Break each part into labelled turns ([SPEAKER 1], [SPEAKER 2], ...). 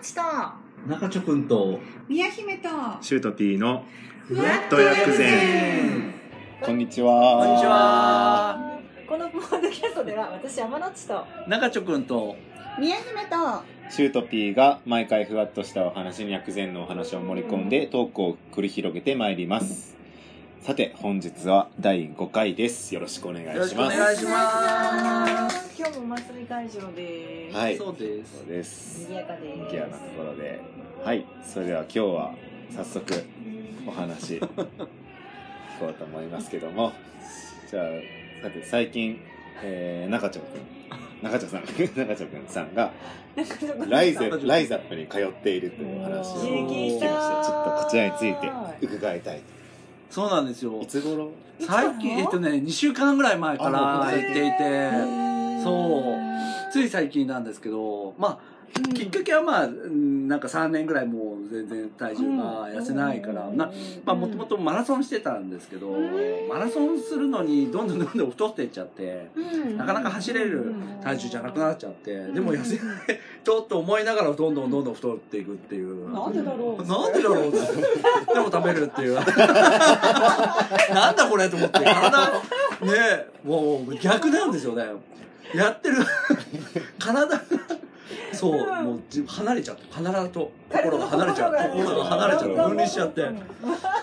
[SPEAKER 1] ちと
[SPEAKER 2] 中ちょくんと
[SPEAKER 3] 宮姫と
[SPEAKER 4] シュート T の
[SPEAKER 1] ふ
[SPEAKER 4] わっと薬
[SPEAKER 1] 膳
[SPEAKER 4] 膳こんにちは。
[SPEAKER 2] こんにち。は
[SPEAKER 1] このポッドキャストでは私山之内と
[SPEAKER 2] 中ちょくんと
[SPEAKER 1] 宮姫と
[SPEAKER 4] シュート P が毎回ふわっとしたお話に薬膳のお話を盛り込んでトークを繰り広げてまいります。さて、本日は第5回です。よろしくお願いし
[SPEAKER 2] よろ
[SPEAKER 4] ま
[SPEAKER 2] し
[SPEAKER 4] す。
[SPEAKER 2] くお願いします
[SPEAKER 1] 今日もお祭り会場です、
[SPEAKER 4] はい。
[SPEAKER 2] そうです
[SPEAKER 4] そうです
[SPEAKER 1] 賑。やかです
[SPEAKER 4] 賑やかなところで。はい。それでは今日は早速お話 聞こうと思いますけども。じゃあ、さて最近、えー、中町くん。中町さん。中町くんさんが、ライゼ、ライザップに通っているという話を
[SPEAKER 2] おー
[SPEAKER 4] 聞きました。ちょっとこちらについて伺いたい。
[SPEAKER 2] そうなんですよ
[SPEAKER 4] いつ頃
[SPEAKER 2] 最近えっとね2週間ぐらい前から行
[SPEAKER 4] あ
[SPEAKER 2] っていてそうつい最近なんですけどまあきっかけはまあうんなんか3年ぐらいもう全然体重が痩せないから、なまあもともとマラソンしてたんですけど、
[SPEAKER 1] うん
[SPEAKER 2] マラソンするのにどんどんどんどん太っていっちゃってなかなか走れる体重じゃなくなっちゃってでも痩せないとと思いながらどんどんどんどん太っていくっていう
[SPEAKER 1] なんでだろう
[SPEAKER 2] なんでだろうってでも食べるって いうなんだこれと思って体ねえもう逆なんですよねやってる体がそうもうじ離れちゃった体と心が離れちゃう心が離れちゃう分離しちゃってあじ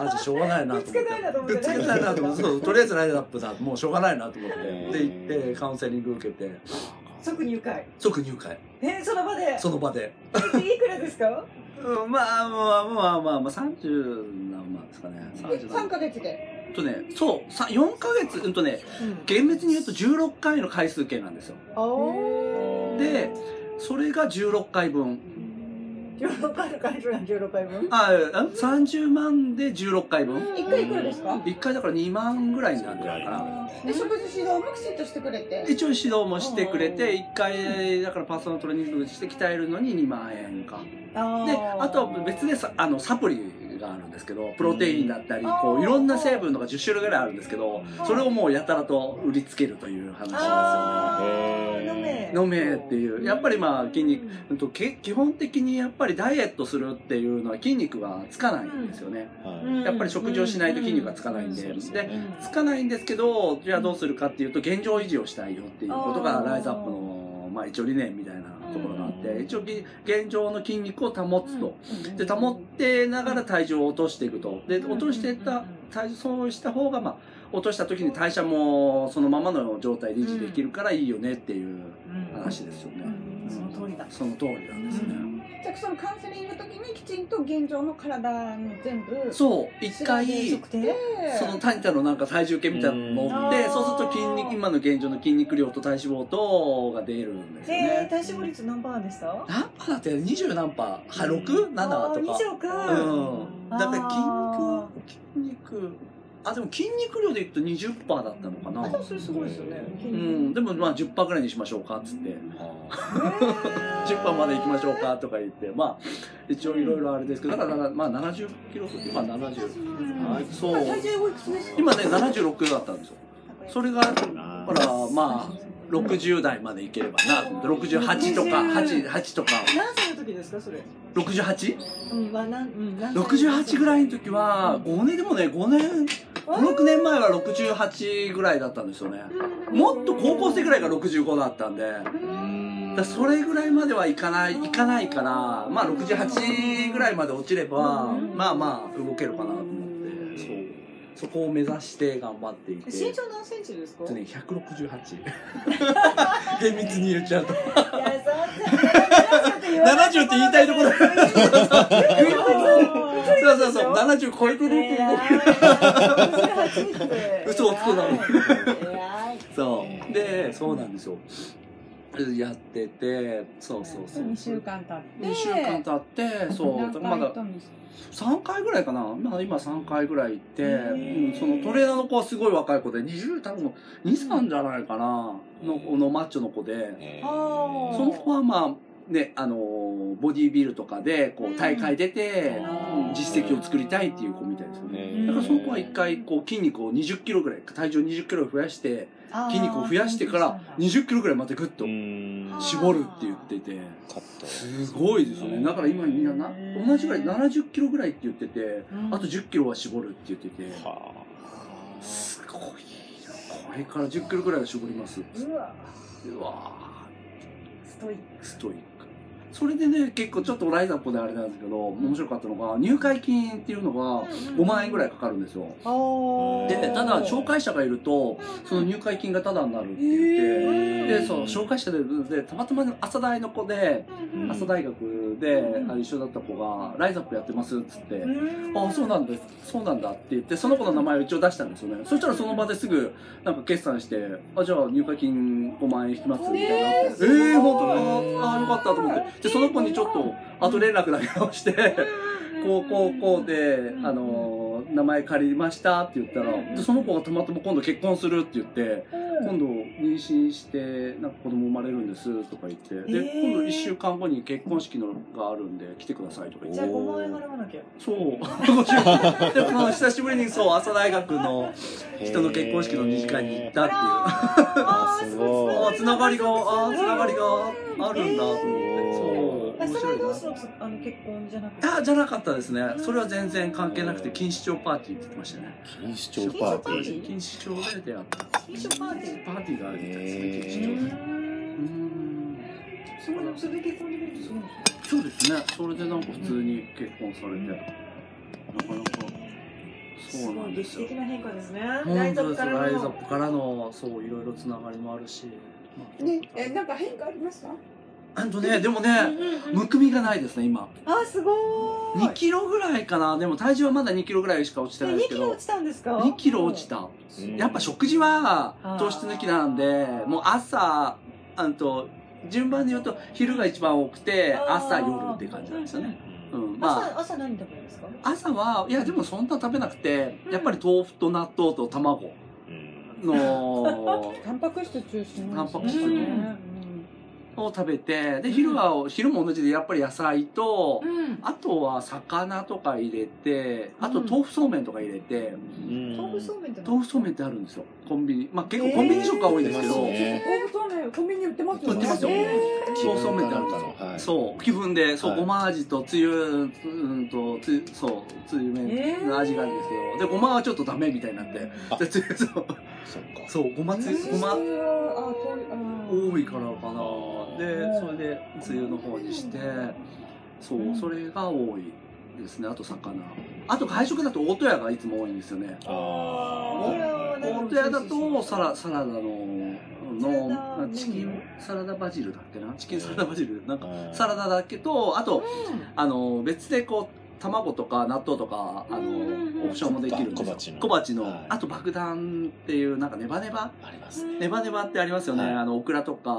[SPEAKER 2] ゃあしょうがないなと思って
[SPEAKER 1] ぶつけたいなと思って
[SPEAKER 2] ぶつけたいなと思ってそうとりあえずライズアップだもうしょうがないなと思ってで行ってカウンセリング受けて
[SPEAKER 1] 即入会
[SPEAKER 2] 即入会
[SPEAKER 1] えその場で
[SPEAKER 2] その場で
[SPEAKER 1] いくらですか
[SPEAKER 2] うんまあまあまあまあまあ30何万ですかね30何
[SPEAKER 1] 三ヶ月で
[SPEAKER 2] えっとねそうさ4ヶ月 うんとね厳密に言うと16回の回数券なんですよ
[SPEAKER 1] お
[SPEAKER 2] でそれが16回分
[SPEAKER 1] 16回の会場が16回分
[SPEAKER 2] あうん30万で16回分
[SPEAKER 1] 一回いくらですか
[SPEAKER 2] 1回だから2万ぐらいになるんじゃないかな
[SPEAKER 1] で食事指導もきちんとしてくれて
[SPEAKER 2] 一応指導もしてくれて1回だからパーソナルトレーニングして鍛えるのに2万円か
[SPEAKER 1] あ
[SPEAKER 2] であとは別でさあのサプリがあるんですけどプロテインだったり
[SPEAKER 1] うん
[SPEAKER 2] こ
[SPEAKER 1] あー
[SPEAKER 2] ういろんな成分とか10種類ぐらいあるんですけどそれをもうやたらと売りつけるという話なん
[SPEAKER 1] あー
[SPEAKER 4] へー
[SPEAKER 2] で
[SPEAKER 1] 飲め
[SPEAKER 2] すよね飲めっていうやっぱりまあ筋肉うんとけ基本的にやっぱりダイエットするっていうのは筋肉がつかないんですよね、
[SPEAKER 4] はい
[SPEAKER 2] やっぱり食事をしないと筋肉がつかないんで、
[SPEAKER 4] うんうん
[SPEAKER 2] でつかないんですけどじゃあどうするかっていうと現状維持をしたいよっていうことが
[SPEAKER 1] あー
[SPEAKER 2] ライズアップのまあ一応理念みたいなところがあって
[SPEAKER 4] うん
[SPEAKER 2] 一応ぎ現状の筋肉を保つとで保ってながら体重を落としていくとで
[SPEAKER 1] うん
[SPEAKER 2] 落としていった体重そうした方がまあ落とした時に代謝もそのままの状態で維持できるからいいよねっていう話ですよね、
[SPEAKER 1] うんその通りだ
[SPEAKER 2] その通りなんですね、
[SPEAKER 3] じゃあそのカウンセリングの時にきちんと現状の体の全部
[SPEAKER 2] そう一回
[SPEAKER 1] 測定
[SPEAKER 2] そのタニタのなんか体重計みたいなの持って
[SPEAKER 1] うん
[SPEAKER 2] そうすると筋肉今の現状の筋肉量と体脂肪とが出るんですよ
[SPEAKER 1] で
[SPEAKER 2] ね
[SPEAKER 1] 体脂肪率何パーでした
[SPEAKER 2] 何パーだって二十何パーは六七とか
[SPEAKER 1] 20か
[SPEAKER 2] うんだから筋肉筋
[SPEAKER 1] あ
[SPEAKER 2] 肉あでも筋肉量でいくと20パーだったのか
[SPEAKER 1] あ
[SPEAKER 2] な
[SPEAKER 1] でもそれすごいですよね
[SPEAKER 2] うんでもまあ10パーぐらいにしましょうかっつって10パーまで行きましょうかとか言ってまあ一応いろいろあれですけどだからまあ70キロ今70
[SPEAKER 4] はい
[SPEAKER 2] そう
[SPEAKER 1] 体重おいくつですか
[SPEAKER 2] 今ね76だったんですよそれが
[SPEAKER 4] あ
[SPEAKER 2] ほ
[SPEAKER 4] ー
[SPEAKER 2] らまあ60代までいければなと思って68とか8 8とか
[SPEAKER 1] 何歳の時ですかそれ
[SPEAKER 2] 68?68
[SPEAKER 1] うんはなんうん何歳
[SPEAKER 2] ぐらいの時は5年でもね5年56年前は68ぐらいだったんですよねもっと高校生ぐらいが65だったんでだか
[SPEAKER 4] うん
[SPEAKER 2] らそれぐらいまではいかないいかないからまあ68ぐらいまで落ちればまあまあ動けるかなと思ってそうそこを目指して頑張っていて
[SPEAKER 1] 身長何センチですか
[SPEAKER 2] 常に 168厳密に言っちゃうと
[SPEAKER 1] いや、そう70
[SPEAKER 2] 70って言いたいところ
[SPEAKER 1] そう
[SPEAKER 2] そうそうそう、70超えてるっていう。嘘をつくなそう。で、そうなんですよ。やってて、そうそうそう。
[SPEAKER 3] 2週。間経って
[SPEAKER 2] 2週間経って、そう。
[SPEAKER 3] 何回
[SPEAKER 2] だからま
[SPEAKER 3] 行っ
[SPEAKER 2] だ
[SPEAKER 3] たんですか
[SPEAKER 2] 3回ぐらいかな。まあ今3回ぐらい行って、
[SPEAKER 1] ー
[SPEAKER 2] うんそのトレーナーの子はすごい若い子で、20、多分2、3じゃないかな。の、のマッチョの子で。
[SPEAKER 4] へー
[SPEAKER 1] あー
[SPEAKER 2] その子はまあ、ね、あのーボディービルとかで、こう、大会出て、
[SPEAKER 4] うん
[SPEAKER 2] 実績を作りたいっていう子みたいですよね。
[SPEAKER 4] へー
[SPEAKER 2] だからその子は一回、こう、筋肉を20キロぐらい、体重20キロ増やして、筋肉を増やしてから20キロぐらいまたぐっと
[SPEAKER 4] うん
[SPEAKER 3] あー
[SPEAKER 2] 絞るって言ってて、
[SPEAKER 4] カット
[SPEAKER 2] すごいですよね。だから今みんなな、同じぐらい70キロぐらいって言ってて、あと10キロは絞るって言ってて、
[SPEAKER 4] は
[SPEAKER 2] すごいな。これから10キロぐらいは絞ります。
[SPEAKER 3] うわ
[SPEAKER 2] うわ
[SPEAKER 3] ストイッ
[SPEAKER 2] ーストイック。それでね、結構ちょっとライザップであれなんですけど、面白かったのが、入会金っていうのが
[SPEAKER 3] ク
[SPEAKER 2] 5万円ぐら
[SPEAKER 3] い
[SPEAKER 2] いかかるんですよ。
[SPEAKER 1] あー
[SPEAKER 2] で、ただ紹介者がいると、その入会金がタダになるって言って、で、そう、紹介者で、でたまたま朝大の子で、
[SPEAKER 4] うん
[SPEAKER 2] 朝大学であ一緒だった子が、ライザップやってますっつって、ああそうなんだそうなんだって言ってその子の名前を一応出したんですよねそしたらその場ですぐなんか決算して「あじゃあ入会金5万円引きます」みたいになって「え
[SPEAKER 3] すごい
[SPEAKER 2] ー、本当だあーよかった」と思ってでその子にちょっと後連絡だけをして「こうこうこうで、あのー名前借りました」って言ったらでその子がたまたま今度結婚するって言って「今度妊娠してなんか子供生まれるんです」とか言ってで
[SPEAKER 1] えー
[SPEAKER 2] 今度1週間後に結婚式のがあるんで来てくださいとか言って
[SPEAKER 1] じゃあ5万円払わなきゃ
[SPEAKER 2] そう。でこの久しぶりにそう、朝大学の
[SPEAKER 4] い
[SPEAKER 2] 人の結婚式の二次会に行ったっていう。
[SPEAKER 3] あ
[SPEAKER 2] あ
[SPEAKER 4] ーすごい
[SPEAKER 2] あ、つながりが、ああ、つながりがあるんだと思って。そう。
[SPEAKER 1] え
[SPEAKER 2] 面
[SPEAKER 1] そ
[SPEAKER 2] 白
[SPEAKER 1] れ
[SPEAKER 2] いな
[SPEAKER 1] 同士のつあの結婚じゃなくて
[SPEAKER 2] あ、じゃなかったですね。それは全然関係なくて、錦糸町パーティーって言ってましたね。
[SPEAKER 4] 錦糸町パーティー
[SPEAKER 2] 錦糸町で出会った。
[SPEAKER 1] 一緒パーティー
[SPEAKER 2] パーティーがあるみたいですね、錦
[SPEAKER 4] へ
[SPEAKER 2] 糸町
[SPEAKER 4] ー
[SPEAKER 2] で。うーん
[SPEAKER 1] それでそれで結婚できるってすごいね
[SPEAKER 2] そうですね。それでなんか普通に結婚されて。なかなか。そ
[SPEAKER 1] す
[SPEAKER 2] うな
[SPEAKER 1] ご
[SPEAKER 2] ん
[SPEAKER 1] い
[SPEAKER 2] で
[SPEAKER 1] 劇
[SPEAKER 2] すよ
[SPEAKER 1] 的。な変化ですねラ
[SPEAKER 2] 本
[SPEAKER 1] イト
[SPEAKER 2] 当で
[SPEAKER 1] アップ
[SPEAKER 2] す
[SPEAKER 1] か
[SPEAKER 2] ラ
[SPEAKER 1] ら
[SPEAKER 2] イザッ
[SPEAKER 1] の
[SPEAKER 2] プからのそういろいろつながりもあるし、
[SPEAKER 3] ねえなんか変化ありました
[SPEAKER 2] あとねでもねむくみがないですね今
[SPEAKER 3] あすごい
[SPEAKER 2] 2キロぐらいかなでも体重はまだ2キロぐらいしか落ちてないんで
[SPEAKER 1] 2
[SPEAKER 2] す
[SPEAKER 1] キ
[SPEAKER 2] け
[SPEAKER 1] ロ
[SPEAKER 2] ど
[SPEAKER 1] 落ちたんですか
[SPEAKER 2] 2キロ落ちた
[SPEAKER 4] うん
[SPEAKER 2] やっぱ食事は
[SPEAKER 1] あー
[SPEAKER 2] 糖質抜きなんでもう朝あんと順番で言うと昼が一番多くて
[SPEAKER 1] あー
[SPEAKER 2] 朝夜って感じなんですよねうんまあ
[SPEAKER 1] 朝朝何食べるんですか
[SPEAKER 2] 朝はいやでもそんな食べなくてやっぱり豆腐と納豆と卵
[SPEAKER 4] うん
[SPEAKER 2] の
[SPEAKER 3] タンパク質中心
[SPEAKER 2] タンパク
[SPEAKER 1] 質ね
[SPEAKER 2] を食べてで昼は、昼も同じでやっぱり野菜と、
[SPEAKER 1] うん
[SPEAKER 2] あとは魚とか入れてあと
[SPEAKER 1] うん
[SPEAKER 2] 豆腐そうめんとか入れて、
[SPEAKER 4] うん
[SPEAKER 1] 豆腐そうめんって
[SPEAKER 2] 豆腐そうめんってあるんですよコンビニまあ結構コンビニ食が多いですけど、
[SPEAKER 4] えー
[SPEAKER 3] 豆腐そうめんコンビニ売ってます
[SPEAKER 2] 売ってますよ
[SPEAKER 3] え
[SPEAKER 4] 気
[SPEAKER 2] 豆腐
[SPEAKER 4] 分
[SPEAKER 2] そうめんってあ
[SPEAKER 4] か
[SPEAKER 2] るんで
[SPEAKER 4] な
[SPEAKER 2] すよ
[SPEAKER 4] かのはい
[SPEAKER 2] そう気分でそう、
[SPEAKER 4] はい
[SPEAKER 2] ごま味とつゆうんとつゆそうつゆ麺の味があるんですけどでごまはちょっとダメみたいになって
[SPEAKER 4] あ
[SPEAKER 2] でつゆそう
[SPEAKER 4] そっか
[SPEAKER 2] そうごまつゆ
[SPEAKER 3] ー
[SPEAKER 2] ごま
[SPEAKER 3] あ豆腐あー
[SPEAKER 2] 多いからかなでそれで梅雨の方にしてそううんそれが多いですねあと魚あと外食だと大戸屋がいつも多いんですよね
[SPEAKER 4] あー
[SPEAKER 2] 大戸屋だとサラサラダの
[SPEAKER 1] サラ
[SPEAKER 2] の
[SPEAKER 1] ダ
[SPEAKER 2] チキン
[SPEAKER 1] メニ
[SPEAKER 2] サラダバジルだっけなチキンサラダバジルなんか
[SPEAKER 4] はい
[SPEAKER 2] サラダだけとあと
[SPEAKER 1] う
[SPEAKER 2] あの別でこう卵とか納豆とかあ
[SPEAKER 1] うんうんう
[SPEAKER 2] の
[SPEAKER 1] ん
[SPEAKER 2] オプションもできるんですよ
[SPEAKER 4] 小鉢の
[SPEAKER 2] 小鉢の
[SPEAKER 4] はい
[SPEAKER 2] あと爆弾っていうなんかネバネバ
[SPEAKER 4] あります
[SPEAKER 1] ん
[SPEAKER 2] ネバネバってありますよね、
[SPEAKER 4] はい
[SPEAKER 2] あのオクラとか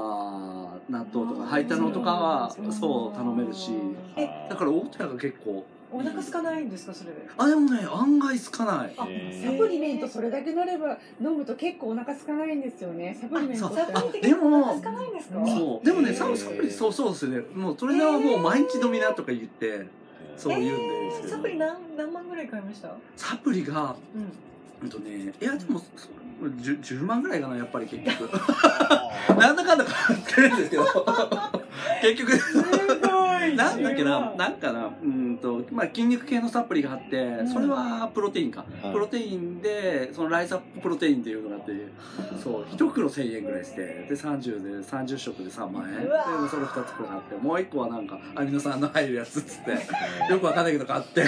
[SPEAKER 2] 納豆とか
[SPEAKER 1] あー
[SPEAKER 2] ハイタノとかは
[SPEAKER 1] そうなんですね
[SPEAKER 2] そう頼めるし
[SPEAKER 1] え
[SPEAKER 2] だから大戸屋が結構
[SPEAKER 1] お腹空かないんですかそれで
[SPEAKER 2] あでもね案外少ない
[SPEAKER 1] あ
[SPEAKER 4] え
[SPEAKER 3] サ
[SPEAKER 4] ー
[SPEAKER 3] プリメントそれだけなれば飲むと結構お腹空かないんですよねサプリメント
[SPEAKER 2] あ
[SPEAKER 3] っ
[SPEAKER 2] そ
[SPEAKER 3] て
[SPEAKER 1] サ
[SPEAKER 2] う
[SPEAKER 1] プリ的に
[SPEAKER 2] でも
[SPEAKER 1] お腹空かないんですか
[SPEAKER 2] そうでもね
[SPEAKER 4] えー
[SPEAKER 2] サムサプリそうそうですねもうそれはもう毎日飲みなとか言ってそう言うんです
[SPEAKER 1] えー
[SPEAKER 2] け
[SPEAKER 1] サ
[SPEAKER 2] ど、
[SPEAKER 1] プリ何何万ぐらい買いました
[SPEAKER 2] サプリが
[SPEAKER 1] うん
[SPEAKER 2] うんとねいやでもそ 10, 10万ぐらいかなやっぱり結 局なんだかんだ買ってるんですけど結局なんだっけな、なんかな、うんと、まあ、筋肉系のサプリがあって、
[SPEAKER 1] ん
[SPEAKER 2] それはプロテインか。
[SPEAKER 4] はい
[SPEAKER 2] プロテインで、そのライザッププロテインっていうのがあって、そう、一袋千円ぐらいして、で、30で、30食で3万円。で
[SPEAKER 1] うわ、
[SPEAKER 2] それ二つくらいあって、もう一個はなんか、アミノ酸の入るやつっつって、よくわかんないけど買 って、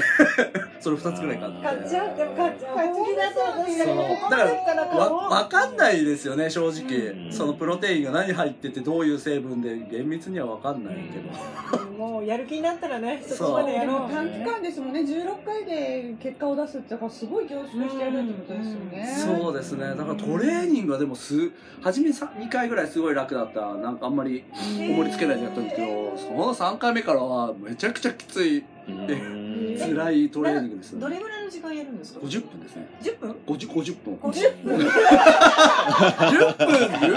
[SPEAKER 2] それ二つくらい買って。
[SPEAKER 4] 買っちゃうでも買っち
[SPEAKER 1] ゃう買っちゃう
[SPEAKER 2] そうだからわわかんないですよね正直、
[SPEAKER 4] うん
[SPEAKER 2] そのプロテインが何入っててどういう成分で厳密にはわかんないけど、
[SPEAKER 1] もうやる気になったらね
[SPEAKER 2] そう
[SPEAKER 1] そこまでや
[SPEAKER 3] で
[SPEAKER 1] ろ
[SPEAKER 3] も
[SPEAKER 1] う
[SPEAKER 3] 短期間ですもんね16回で結果を出すってだからすごい凝縮してやるってことですよね
[SPEAKER 2] そうですねだからトレーニングはでもす初めさ2回ぐらいすごい楽だったなんかあんまり
[SPEAKER 1] へー
[SPEAKER 2] 重りつけないでやったんですけどその3回目からはめちゃくちゃきつい
[SPEAKER 4] うん
[SPEAKER 2] で
[SPEAKER 4] うん
[SPEAKER 1] え
[SPEAKER 3] ー
[SPEAKER 2] 辛いトレーニングです。
[SPEAKER 1] どれぐらいの時間やるんですか
[SPEAKER 2] 50分ですね。
[SPEAKER 1] 10分
[SPEAKER 2] 50、50分。
[SPEAKER 1] 50分
[SPEAKER 2] 10分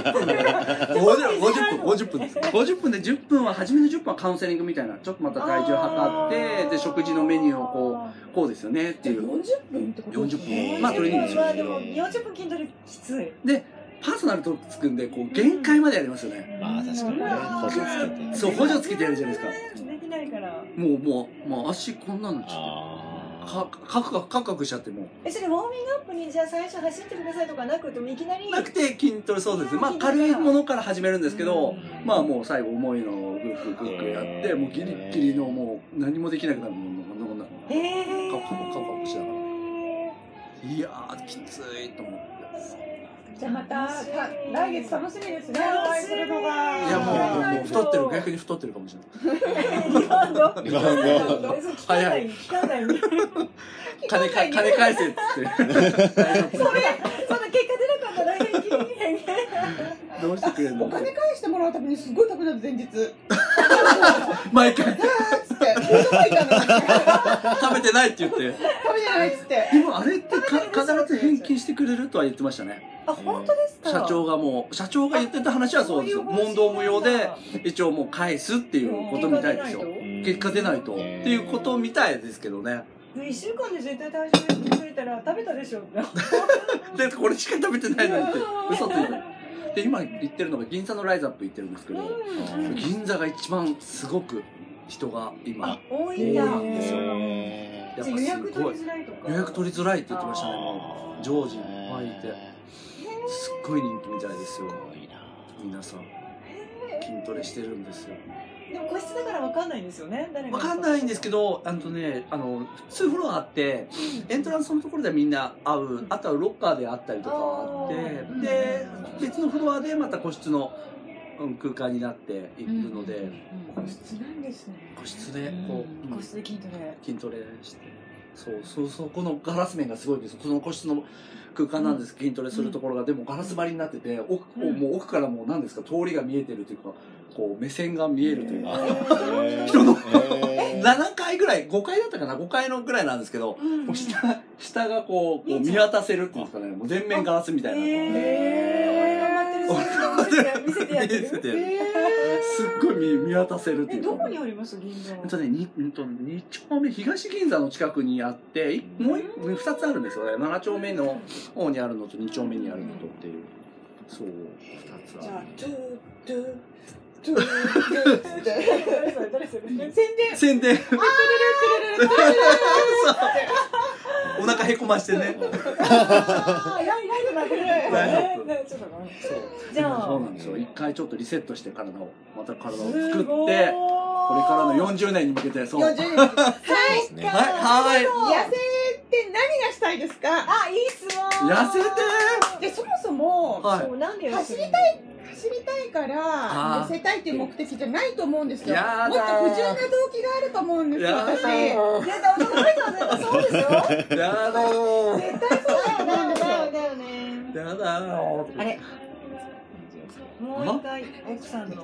[SPEAKER 2] ?10 分だよ。50 50分、50分です。50分で10分は、初めの10分はカウンセリングみたいな。ちょっとまた体重測って、で、食事のメニューをこ
[SPEAKER 1] う
[SPEAKER 2] う、こうですよねっていう。
[SPEAKER 3] 40分ってこと
[SPEAKER 2] 40分
[SPEAKER 1] 40分
[SPEAKER 2] ま
[SPEAKER 1] ま
[SPEAKER 2] あ
[SPEAKER 1] あ
[SPEAKER 2] ト
[SPEAKER 1] ト
[SPEAKER 2] レ
[SPEAKER 1] レ
[SPEAKER 2] ー
[SPEAKER 1] ー
[SPEAKER 2] ニン
[SPEAKER 1] ニン
[SPEAKER 2] グで
[SPEAKER 1] グですす
[SPEAKER 2] よ
[SPEAKER 1] よ、でも40分筋トレきつい
[SPEAKER 2] パーソナルとつくんで、こう、限界までやりますよね。
[SPEAKER 4] まあ確かにね補助つけて
[SPEAKER 2] そう補助つけてやるじゃないです
[SPEAKER 1] かできないから
[SPEAKER 2] もう、もう、もう足こんなのちょっと、
[SPEAKER 4] あ
[SPEAKER 2] か、かくかく、かくかくしちゃっても
[SPEAKER 1] えそれウォーミングアップにじゃあ最初走ってくださいとかなくてもいきなり
[SPEAKER 2] う。なくて筋トレそうですね。まあ、軽いものから始めるんですけど、ま あもう最後重いのをグッグッグッグッやって、
[SPEAKER 4] へー
[SPEAKER 2] もうギリッギリのもう何もできなくなるもんなんだ
[SPEAKER 1] へえ
[SPEAKER 2] カクカクカクカクしながいやーきついと思って
[SPEAKER 3] じゃあまたた来月楽しみですねお
[SPEAKER 1] 楽
[SPEAKER 3] 会い
[SPEAKER 1] し
[SPEAKER 3] す
[SPEAKER 1] み
[SPEAKER 3] るのが
[SPEAKER 2] いやもう
[SPEAKER 1] あー
[SPEAKER 2] もう太ってる逆に太ってるかもしれない
[SPEAKER 1] リバウンド
[SPEAKER 4] リバウンド
[SPEAKER 1] そう聞か ない聞かないそんな結
[SPEAKER 2] 金か金返せっつって大丈
[SPEAKER 1] 果出なかったら平気
[SPEAKER 2] 夫どうしてくれる
[SPEAKER 3] お
[SPEAKER 2] の
[SPEAKER 3] 金返してもらうためにすごい食べたの前 日
[SPEAKER 2] 毎回
[SPEAKER 3] つってどこ行ったの
[SPEAKER 2] 食べてないって言って
[SPEAKER 3] 食べてないっつって
[SPEAKER 2] でもあれってか必ず返金してくれるとは言ってましたね
[SPEAKER 1] あ本当ですか
[SPEAKER 2] 社長がもう社長が言ってた話はそうですよ
[SPEAKER 1] あそういう話
[SPEAKER 2] 問答無用で一応もう返すっていうことみたいですよ結果出ないと、
[SPEAKER 4] へー
[SPEAKER 2] っていうことみたいですけどね
[SPEAKER 1] 一週間で絶対体重減ってくれたら食べたでしょう
[SPEAKER 2] でこれしか食べてないのにって嘘ついてで今言ってるのが銀座のライズアップ行ってるんですけど、
[SPEAKER 4] うん
[SPEAKER 2] 銀座が一番すごく人が今
[SPEAKER 4] あ
[SPEAKER 1] 多いんだ
[SPEAKER 2] 多いんですよ
[SPEAKER 4] へ
[SPEAKER 2] やっぱ
[SPEAKER 1] 予約
[SPEAKER 2] すご
[SPEAKER 1] 取
[SPEAKER 2] い
[SPEAKER 1] りづらいとか
[SPEAKER 2] 予約取りづらいって言ってましたね
[SPEAKER 4] あー
[SPEAKER 2] 常時いっぱいいてすっごい人気みたいですよ
[SPEAKER 4] すごいな
[SPEAKER 2] 皆さん筋トレしてるんですよ
[SPEAKER 1] でも個室だからわかんないんですよね誰が
[SPEAKER 2] わかんないんですけどあのねあの普通フロアあってエントランスのところでみんな会うあとはロッカーで会ったりとかあって
[SPEAKER 1] あー
[SPEAKER 2] で別のフロアでまた個室のうん空間になっているので、
[SPEAKER 3] 個室なんですね
[SPEAKER 2] 個室でこう、うん
[SPEAKER 1] 個室で筋トレ
[SPEAKER 2] 筋トレしてそうそうそうこのガラス面がすごいんですその個室の空間なんです、筋トレするところがでもガラス張りになってて奥,、
[SPEAKER 1] うん
[SPEAKER 2] もう奥からもう何ですか通りが見えてるというかこう目線が見えるというか、
[SPEAKER 4] へ ー
[SPEAKER 2] 人の
[SPEAKER 4] へー
[SPEAKER 2] 7階ぐらい5階だったかな5階のぐらいなんですけど、
[SPEAKER 1] うん
[SPEAKER 2] もう下下がこうこう
[SPEAKER 1] 見えちゃ
[SPEAKER 2] 見
[SPEAKER 1] う
[SPEAKER 2] 渡せるっていうんですかねもう全面ガラスみたいな、
[SPEAKER 1] えー俺が待ってる姿見せてやって
[SPEAKER 2] 見せ
[SPEAKER 1] る
[SPEAKER 2] て
[SPEAKER 3] え
[SPEAKER 2] すっごい見見渡せるってい
[SPEAKER 1] え
[SPEAKER 2] うか
[SPEAKER 1] どこにあります銀座
[SPEAKER 2] えっとね、にうんと2丁目東銀座の近くにあっていもう2つあるんですよね7丁目の方にあるのと2丁目にあるのとっていうそう2つ
[SPEAKER 3] じ
[SPEAKER 2] あ
[SPEAKER 3] ゃあ
[SPEAKER 2] る、
[SPEAKER 3] トゥー、トゥー、トゥー、トゥーって。
[SPEAKER 1] 誰それ誰それ
[SPEAKER 3] 宣伝
[SPEAKER 2] 宣 伝そうお腹へこましてね
[SPEAKER 1] あーやりないとなってる
[SPEAKER 2] 大丈夫
[SPEAKER 1] ねちょっとごめん
[SPEAKER 2] そう
[SPEAKER 1] じゃあ
[SPEAKER 2] そうなんですよ一回ちょっとリセットして体をまた体を作って
[SPEAKER 1] す
[SPEAKER 2] こ
[SPEAKER 1] ご
[SPEAKER 2] れ
[SPEAKER 1] ー
[SPEAKER 2] か
[SPEAKER 1] い
[SPEAKER 2] らの40年に向けてそうは
[SPEAKER 3] 四
[SPEAKER 2] い
[SPEAKER 3] 十人。はい、
[SPEAKER 4] ですね
[SPEAKER 2] はい
[SPEAKER 3] 痩せて何がしたいですか。
[SPEAKER 1] あいい質問
[SPEAKER 2] 痩せて
[SPEAKER 3] で、そもそも。
[SPEAKER 2] はい
[SPEAKER 1] そうなんで痩せる
[SPEAKER 3] 走
[SPEAKER 1] の
[SPEAKER 3] りたい走りたいから
[SPEAKER 2] あー
[SPEAKER 3] 痩せたいっていう目的じゃないと思うんですよ。
[SPEAKER 2] やだー
[SPEAKER 3] もっと不純な動機があると思うんですよ。
[SPEAKER 2] やだ
[SPEAKER 3] 私。
[SPEAKER 2] ー
[SPEAKER 1] いやだ男の人は絶対そうですよ
[SPEAKER 2] やだー
[SPEAKER 3] 絶対そうだと思うんですよ。
[SPEAKER 1] だよね
[SPEAKER 2] やだー
[SPEAKER 1] あれもう一回奥さんの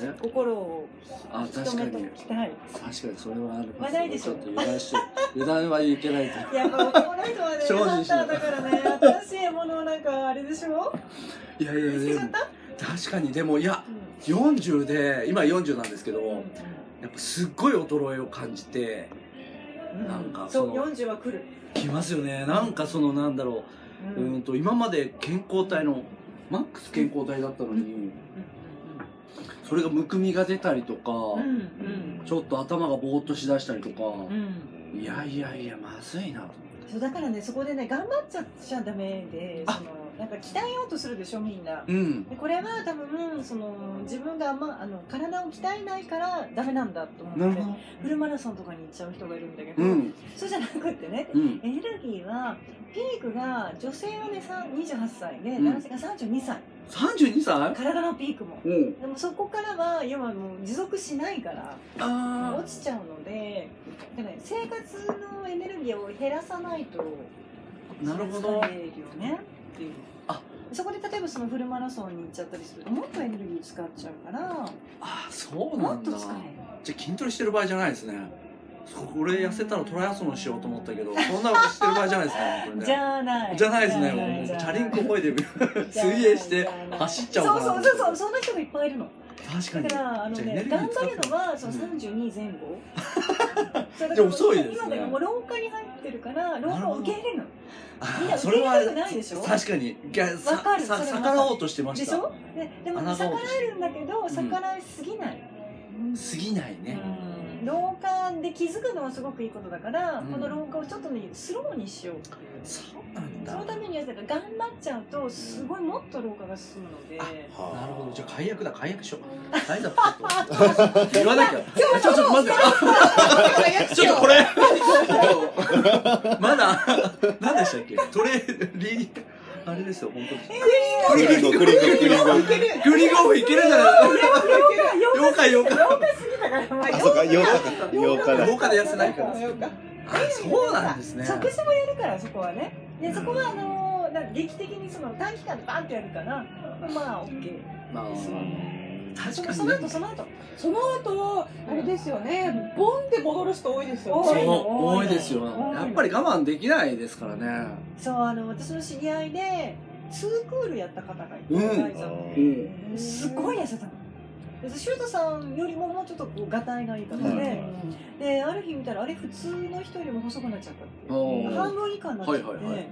[SPEAKER 2] ね
[SPEAKER 1] 心を
[SPEAKER 2] あ
[SPEAKER 1] 突
[SPEAKER 2] 確
[SPEAKER 1] き
[SPEAKER 2] か
[SPEAKER 1] 止めて
[SPEAKER 2] に
[SPEAKER 1] おきたい
[SPEAKER 2] 確かにそれはある
[SPEAKER 1] まあないでし
[SPEAKER 2] ち
[SPEAKER 1] ょ
[SPEAKER 2] ょっと油断して油断はいけないと
[SPEAKER 1] やっぱ男の人はね
[SPEAKER 2] 精進しない
[SPEAKER 1] ハンターだからね新しいものをなんかあれでしょ
[SPEAKER 2] いやいや
[SPEAKER 1] 見つ
[SPEAKER 2] で
[SPEAKER 1] けちゃ
[SPEAKER 2] も
[SPEAKER 1] った
[SPEAKER 2] 確かにでもいや
[SPEAKER 1] うん
[SPEAKER 2] 40で今40なんですけどやっぱすっごい衰えを感じてなんか
[SPEAKER 1] そ
[SPEAKER 2] そうの
[SPEAKER 1] 40は来る
[SPEAKER 2] きますよねなんかそのなんだろ
[SPEAKER 1] う
[SPEAKER 2] ううーんと今まで健康体のマックス健康体だったのにそれがむくみが出たりと
[SPEAKER 1] うんう
[SPEAKER 2] か
[SPEAKER 1] ん
[SPEAKER 2] ちょっと頭がぼーっとしだしたりと
[SPEAKER 1] う
[SPEAKER 2] か
[SPEAKER 1] ん
[SPEAKER 2] いやいやいやまずいなと
[SPEAKER 1] そうだからねそこでね頑張っちゃっちゃダメで
[SPEAKER 2] あ
[SPEAKER 1] そのなんか鍛えようとするでしょみんな
[SPEAKER 2] うん
[SPEAKER 1] でこれは多分その自分があんまあの体を鍛えないからダメなんだと
[SPEAKER 2] な
[SPEAKER 1] 思
[SPEAKER 2] る
[SPEAKER 1] っ
[SPEAKER 2] ほ
[SPEAKER 1] て
[SPEAKER 2] ど
[SPEAKER 1] フルマラソンとかに行っちゃう人がいるんだけど、
[SPEAKER 2] うん
[SPEAKER 1] そうじゃなくってね
[SPEAKER 2] うん
[SPEAKER 1] エネルギーはピークが女性はねさん28歳で
[SPEAKER 2] うん
[SPEAKER 1] 男性が32歳、
[SPEAKER 2] 32歳
[SPEAKER 1] 体のピークも
[SPEAKER 2] うん
[SPEAKER 1] でもそこからは今もう持続しないから
[SPEAKER 2] あ
[SPEAKER 1] 落ちちゃうのでだから、ね、生活のエネルギーを減らさないと
[SPEAKER 2] あなるほど
[SPEAKER 1] 疲れるよねっていう
[SPEAKER 2] あ
[SPEAKER 1] そこで例えばそのフルマラソンに行っちゃったりするともっとエネルギー使っちゃうから
[SPEAKER 2] あそうな
[SPEAKER 1] もっ
[SPEAKER 2] ん
[SPEAKER 1] と
[SPEAKER 2] だ
[SPEAKER 1] 疲れる
[SPEAKER 2] じゃあ筋トレしてる場合じゃないですねこれ痩せたらトライアスロンしようと思ったけ どそんなことしてる場合じゃないですね本当にね
[SPEAKER 1] じゃない
[SPEAKER 2] じゃないですねもうもうチャリンコこいで水泳して走っちゃおうか
[SPEAKER 1] そう
[SPEAKER 2] な
[SPEAKER 1] そうそうそうそんな人がいっぱいいるの
[SPEAKER 2] 確か
[SPEAKER 1] だ
[SPEAKER 2] に
[SPEAKER 1] からあの
[SPEAKER 2] じゃあエネ
[SPEAKER 1] ね
[SPEAKER 2] ルギ
[SPEAKER 1] 頑
[SPEAKER 2] ー使
[SPEAKER 1] 張
[SPEAKER 2] っ
[SPEAKER 1] るのはその
[SPEAKER 2] うん
[SPEAKER 1] 32前 後そうだから
[SPEAKER 2] じゃあ遅いですね
[SPEAKER 1] 今だからもう廊下に入ってるから廊下を受け入れるの
[SPEAKER 2] あ
[SPEAKER 1] みん
[SPEAKER 2] ー
[SPEAKER 1] な
[SPEAKER 2] そ
[SPEAKER 1] 受
[SPEAKER 2] れ
[SPEAKER 1] け
[SPEAKER 2] は
[SPEAKER 1] 入れたくないでしょ
[SPEAKER 2] 確かにいやさ
[SPEAKER 1] わかる
[SPEAKER 2] さ
[SPEAKER 1] それはわか
[SPEAKER 2] 逆
[SPEAKER 1] る
[SPEAKER 2] らおうとしてました
[SPEAKER 1] でしょででも
[SPEAKER 2] 穴
[SPEAKER 1] 逆
[SPEAKER 2] が
[SPEAKER 1] ら
[SPEAKER 2] 落とし
[SPEAKER 1] えるんだけど
[SPEAKER 2] ん
[SPEAKER 1] 逆らいすぎない、
[SPEAKER 2] 過ぎないね、
[SPEAKER 1] 廊下で気づくのはすごくいいことだから、
[SPEAKER 2] うん
[SPEAKER 1] この廊下をちょっとねスローにしよう
[SPEAKER 2] そうなん
[SPEAKER 1] そ
[SPEAKER 2] だ
[SPEAKER 1] のためにはだから頑張っちゃうとすごいもっと廊下が進むので
[SPEAKER 2] なるほどじゃ
[SPEAKER 4] ゃ
[SPEAKER 2] あ解約だ解約し よう解約ちょっと言わなきゃちょっと待って ちょっとこれ まだ何でしたっけトレーリーあれですよ本当
[SPEAKER 4] クリンゴクリンゴクリンゴ
[SPEAKER 2] にグリゴーフいけるじゃな いですか
[SPEAKER 1] 廊
[SPEAKER 2] 妖怪妖怪
[SPEAKER 1] 廊下すぎたからまあ
[SPEAKER 4] あそうか8日
[SPEAKER 1] 妖怪
[SPEAKER 4] か8日 だ
[SPEAKER 2] 廊下で痩せないから
[SPEAKER 3] 8日
[SPEAKER 2] あそうなんですね
[SPEAKER 1] 即死もやるからそこはねでそこはあのなんか劇的にその短期間でバンってやるからまあ OK
[SPEAKER 2] まあ
[SPEAKER 1] そ
[SPEAKER 2] 確かに
[SPEAKER 1] その後その後
[SPEAKER 3] その後あれですよねボンで戻る人多いですよ
[SPEAKER 2] そ
[SPEAKER 3] ね
[SPEAKER 1] 多いの
[SPEAKER 2] う多いですよ
[SPEAKER 1] 多いの
[SPEAKER 2] やっぱり我慢できないですからね
[SPEAKER 1] そうあの私の知り合いでツークールやった方がいて、
[SPEAKER 2] うん
[SPEAKER 1] ライさん
[SPEAKER 2] うん
[SPEAKER 1] すごい痩せたのでシュートさんよりももうちょっとこうがたいがいい方で、
[SPEAKER 4] うん
[SPEAKER 1] である日見たらあれ普通の人よりも細くなっちゃったって
[SPEAKER 2] おー
[SPEAKER 1] 半分以下になっちゃって、
[SPEAKER 2] はいはいはい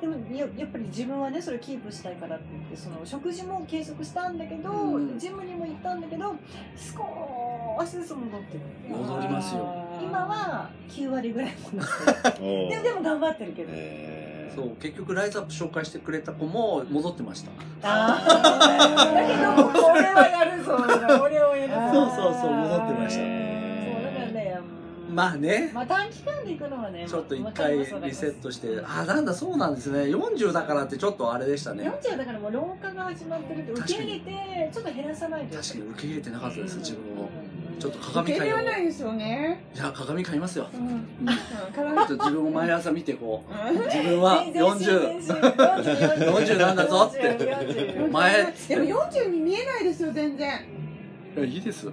[SPEAKER 1] でもややっぱり自分はねそれキープしたいからって言ってその食事も計測したんだけど、
[SPEAKER 2] うん
[SPEAKER 1] ジムにも行ったんだけど少しずつ戻ってくる
[SPEAKER 2] 戻りますよ
[SPEAKER 1] 今は9割ぐらい戻って
[SPEAKER 4] お
[SPEAKER 1] る
[SPEAKER 4] ー
[SPEAKER 1] でもでも頑張ってるけど、
[SPEAKER 4] えー
[SPEAKER 2] そう結局ライズアップ紹介してくれた子も戻ってました
[SPEAKER 1] あーだけどこれはやるぞこれをやる
[SPEAKER 2] そ
[SPEAKER 1] ぞ
[SPEAKER 2] うそうそう戻ってました
[SPEAKER 4] え
[SPEAKER 1] そうだから
[SPEAKER 4] ー
[SPEAKER 1] ね、うん
[SPEAKER 2] まあね
[SPEAKER 1] まあ短期間で行くのはね、
[SPEAKER 2] ちょっと一
[SPEAKER 1] わかり
[SPEAKER 2] 回
[SPEAKER 1] ますわかり
[SPEAKER 2] リ
[SPEAKER 1] ま
[SPEAKER 2] セ
[SPEAKER 1] す
[SPEAKER 2] ットしてあなんだそうなんですね40だからってちょっとあれでしたね
[SPEAKER 1] 40だからもう老化が始まってるって受
[SPEAKER 2] 確か
[SPEAKER 1] け
[SPEAKER 2] に
[SPEAKER 1] 入れてちょっと減らさないと
[SPEAKER 2] 確かに受け入れてなかったです自分をちょっと
[SPEAKER 3] 受
[SPEAKER 2] 鏡
[SPEAKER 3] け入
[SPEAKER 2] 買い
[SPEAKER 3] れ
[SPEAKER 2] を
[SPEAKER 3] られ
[SPEAKER 2] い
[SPEAKER 3] ないですよね
[SPEAKER 2] や鏡買いますよ
[SPEAKER 3] うんうん
[SPEAKER 2] うんちょっと自分を毎朝見てこう
[SPEAKER 3] うん
[SPEAKER 2] 自分は40 40
[SPEAKER 1] 40
[SPEAKER 2] なんだぞってお前
[SPEAKER 3] でも40に見えないですよ全然
[SPEAKER 2] いやいい ですよ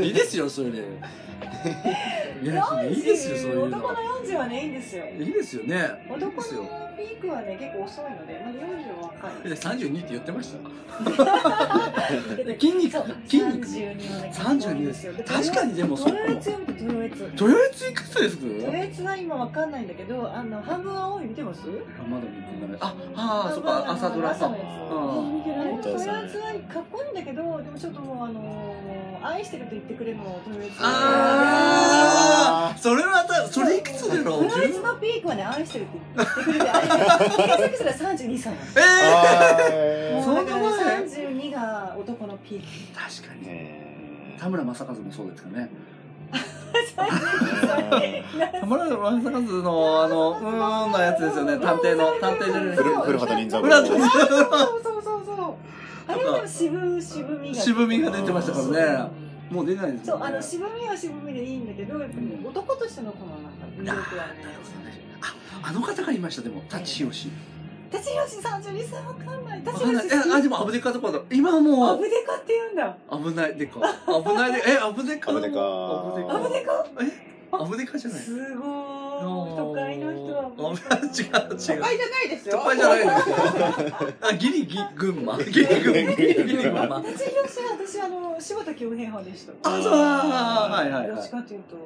[SPEAKER 2] いいですよそれで いやいいですよそういう
[SPEAKER 1] 男
[SPEAKER 2] の
[SPEAKER 1] の40はねいいんですよ
[SPEAKER 2] いいですよね
[SPEAKER 1] 男の
[SPEAKER 2] いいですよ
[SPEAKER 1] ピークはね結構遅いので、まあ、40は若い
[SPEAKER 2] え32って言ってました
[SPEAKER 1] 筋
[SPEAKER 2] 筋肉筋肉
[SPEAKER 1] 32はね
[SPEAKER 2] 32です
[SPEAKER 1] よ
[SPEAKER 2] 確かにでもそ
[SPEAKER 1] ト
[SPEAKER 2] う
[SPEAKER 1] ロエツ読むとトロエツ
[SPEAKER 2] トヨレツいくつです
[SPEAKER 1] トロエツは今わかんないんだけどあの半分青い見てます
[SPEAKER 2] あまだ見てないああーそっか朝ドラ
[SPEAKER 1] 朝
[SPEAKER 2] か
[SPEAKER 1] のや
[SPEAKER 2] うん
[SPEAKER 1] つトロエツはかっこいいんだけどでもちょっともうあのー愛してると言ってくれるのトロエツ
[SPEAKER 2] ああそれはたそれいくつだろう
[SPEAKER 1] プロレスのピークはね、愛してるって言ってくれて、あれね、検索したら32歳なの。
[SPEAKER 2] ええ
[SPEAKER 4] あ
[SPEAKER 2] そん
[SPEAKER 1] もう
[SPEAKER 2] な
[SPEAKER 1] だか
[SPEAKER 2] 前
[SPEAKER 1] ら32が男のピーク。
[SPEAKER 2] 確かに
[SPEAKER 4] ーえ
[SPEAKER 2] 田村正和もそうですかね
[SPEAKER 4] ー
[SPEAKER 2] 田村正和のあのうーんのやつですよね探偵の探偵じゃない
[SPEAKER 4] 古古畑任三
[SPEAKER 2] 古畑
[SPEAKER 4] 郎
[SPEAKER 2] 任三郎
[SPEAKER 1] そうそうそうそう。あれはでも渋、渋みが。
[SPEAKER 2] 渋みが出てましたからねもう出ないです
[SPEAKER 1] そう、
[SPEAKER 2] よ
[SPEAKER 1] あ
[SPEAKER 2] ね
[SPEAKER 1] の、渋みは渋みでいいんだけど、やっぱりね男としてのこのなんか魅力はね。
[SPEAKER 2] ああの方がいましたでも舘ひろし
[SPEAKER 1] 舘ひろし32歳わかんない。舘
[SPEAKER 2] わ
[SPEAKER 1] ひ
[SPEAKER 2] かん
[SPEAKER 1] ろ
[SPEAKER 2] ないえ
[SPEAKER 1] し
[SPEAKER 2] あでもアブデカとかだ今はも
[SPEAKER 1] ア
[SPEAKER 2] う
[SPEAKER 1] ブデカって言うんだ。
[SPEAKER 2] 危ないでか危ないでえアブデカ
[SPEAKER 4] アブデカ
[SPEAKER 1] アブデカ
[SPEAKER 2] カアブデカじゃない
[SPEAKER 1] すごい。都会の人は
[SPEAKER 2] あ違
[SPEAKER 1] もう。
[SPEAKER 3] 都
[SPEAKER 2] う違う
[SPEAKER 3] 会じゃないですよ
[SPEAKER 2] 都会じゃないですよあギリギ群 馬ギリ群馬ギリ群馬
[SPEAKER 1] 舘ひろしは私あの柴田恭平派でした
[SPEAKER 2] あそうあはいはい
[SPEAKER 1] ど
[SPEAKER 2] は
[SPEAKER 1] っち
[SPEAKER 2] い
[SPEAKER 1] かというと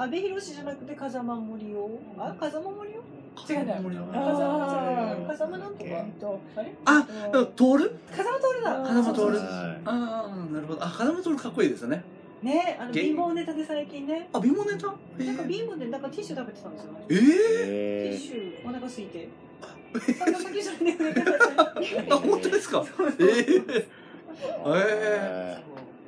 [SPEAKER 1] 阿部寛じゃなくて風間森夫あ風間森夫違うんだよ風間違う風間なんとかあれ
[SPEAKER 2] あ
[SPEAKER 1] えっと
[SPEAKER 2] 通る
[SPEAKER 1] 風間徹だ
[SPEAKER 2] 風間徹
[SPEAKER 4] はい
[SPEAKER 2] ああなるほどあ風間徹かっこいいですよね
[SPEAKER 1] ねあの
[SPEAKER 2] 芸人
[SPEAKER 1] 貧乏ネタで最近ね
[SPEAKER 2] あ貧乏ネタえ
[SPEAKER 1] なんか
[SPEAKER 2] ー
[SPEAKER 1] 貧乏でなんかティッシュ食べてたんですよ
[SPEAKER 2] え
[SPEAKER 1] ティッ
[SPEAKER 4] え
[SPEAKER 1] シュお腹空い てそんな先じゃないでくれてください
[SPEAKER 2] ーあ本当ですかえー
[SPEAKER 4] ー
[SPEAKER 2] え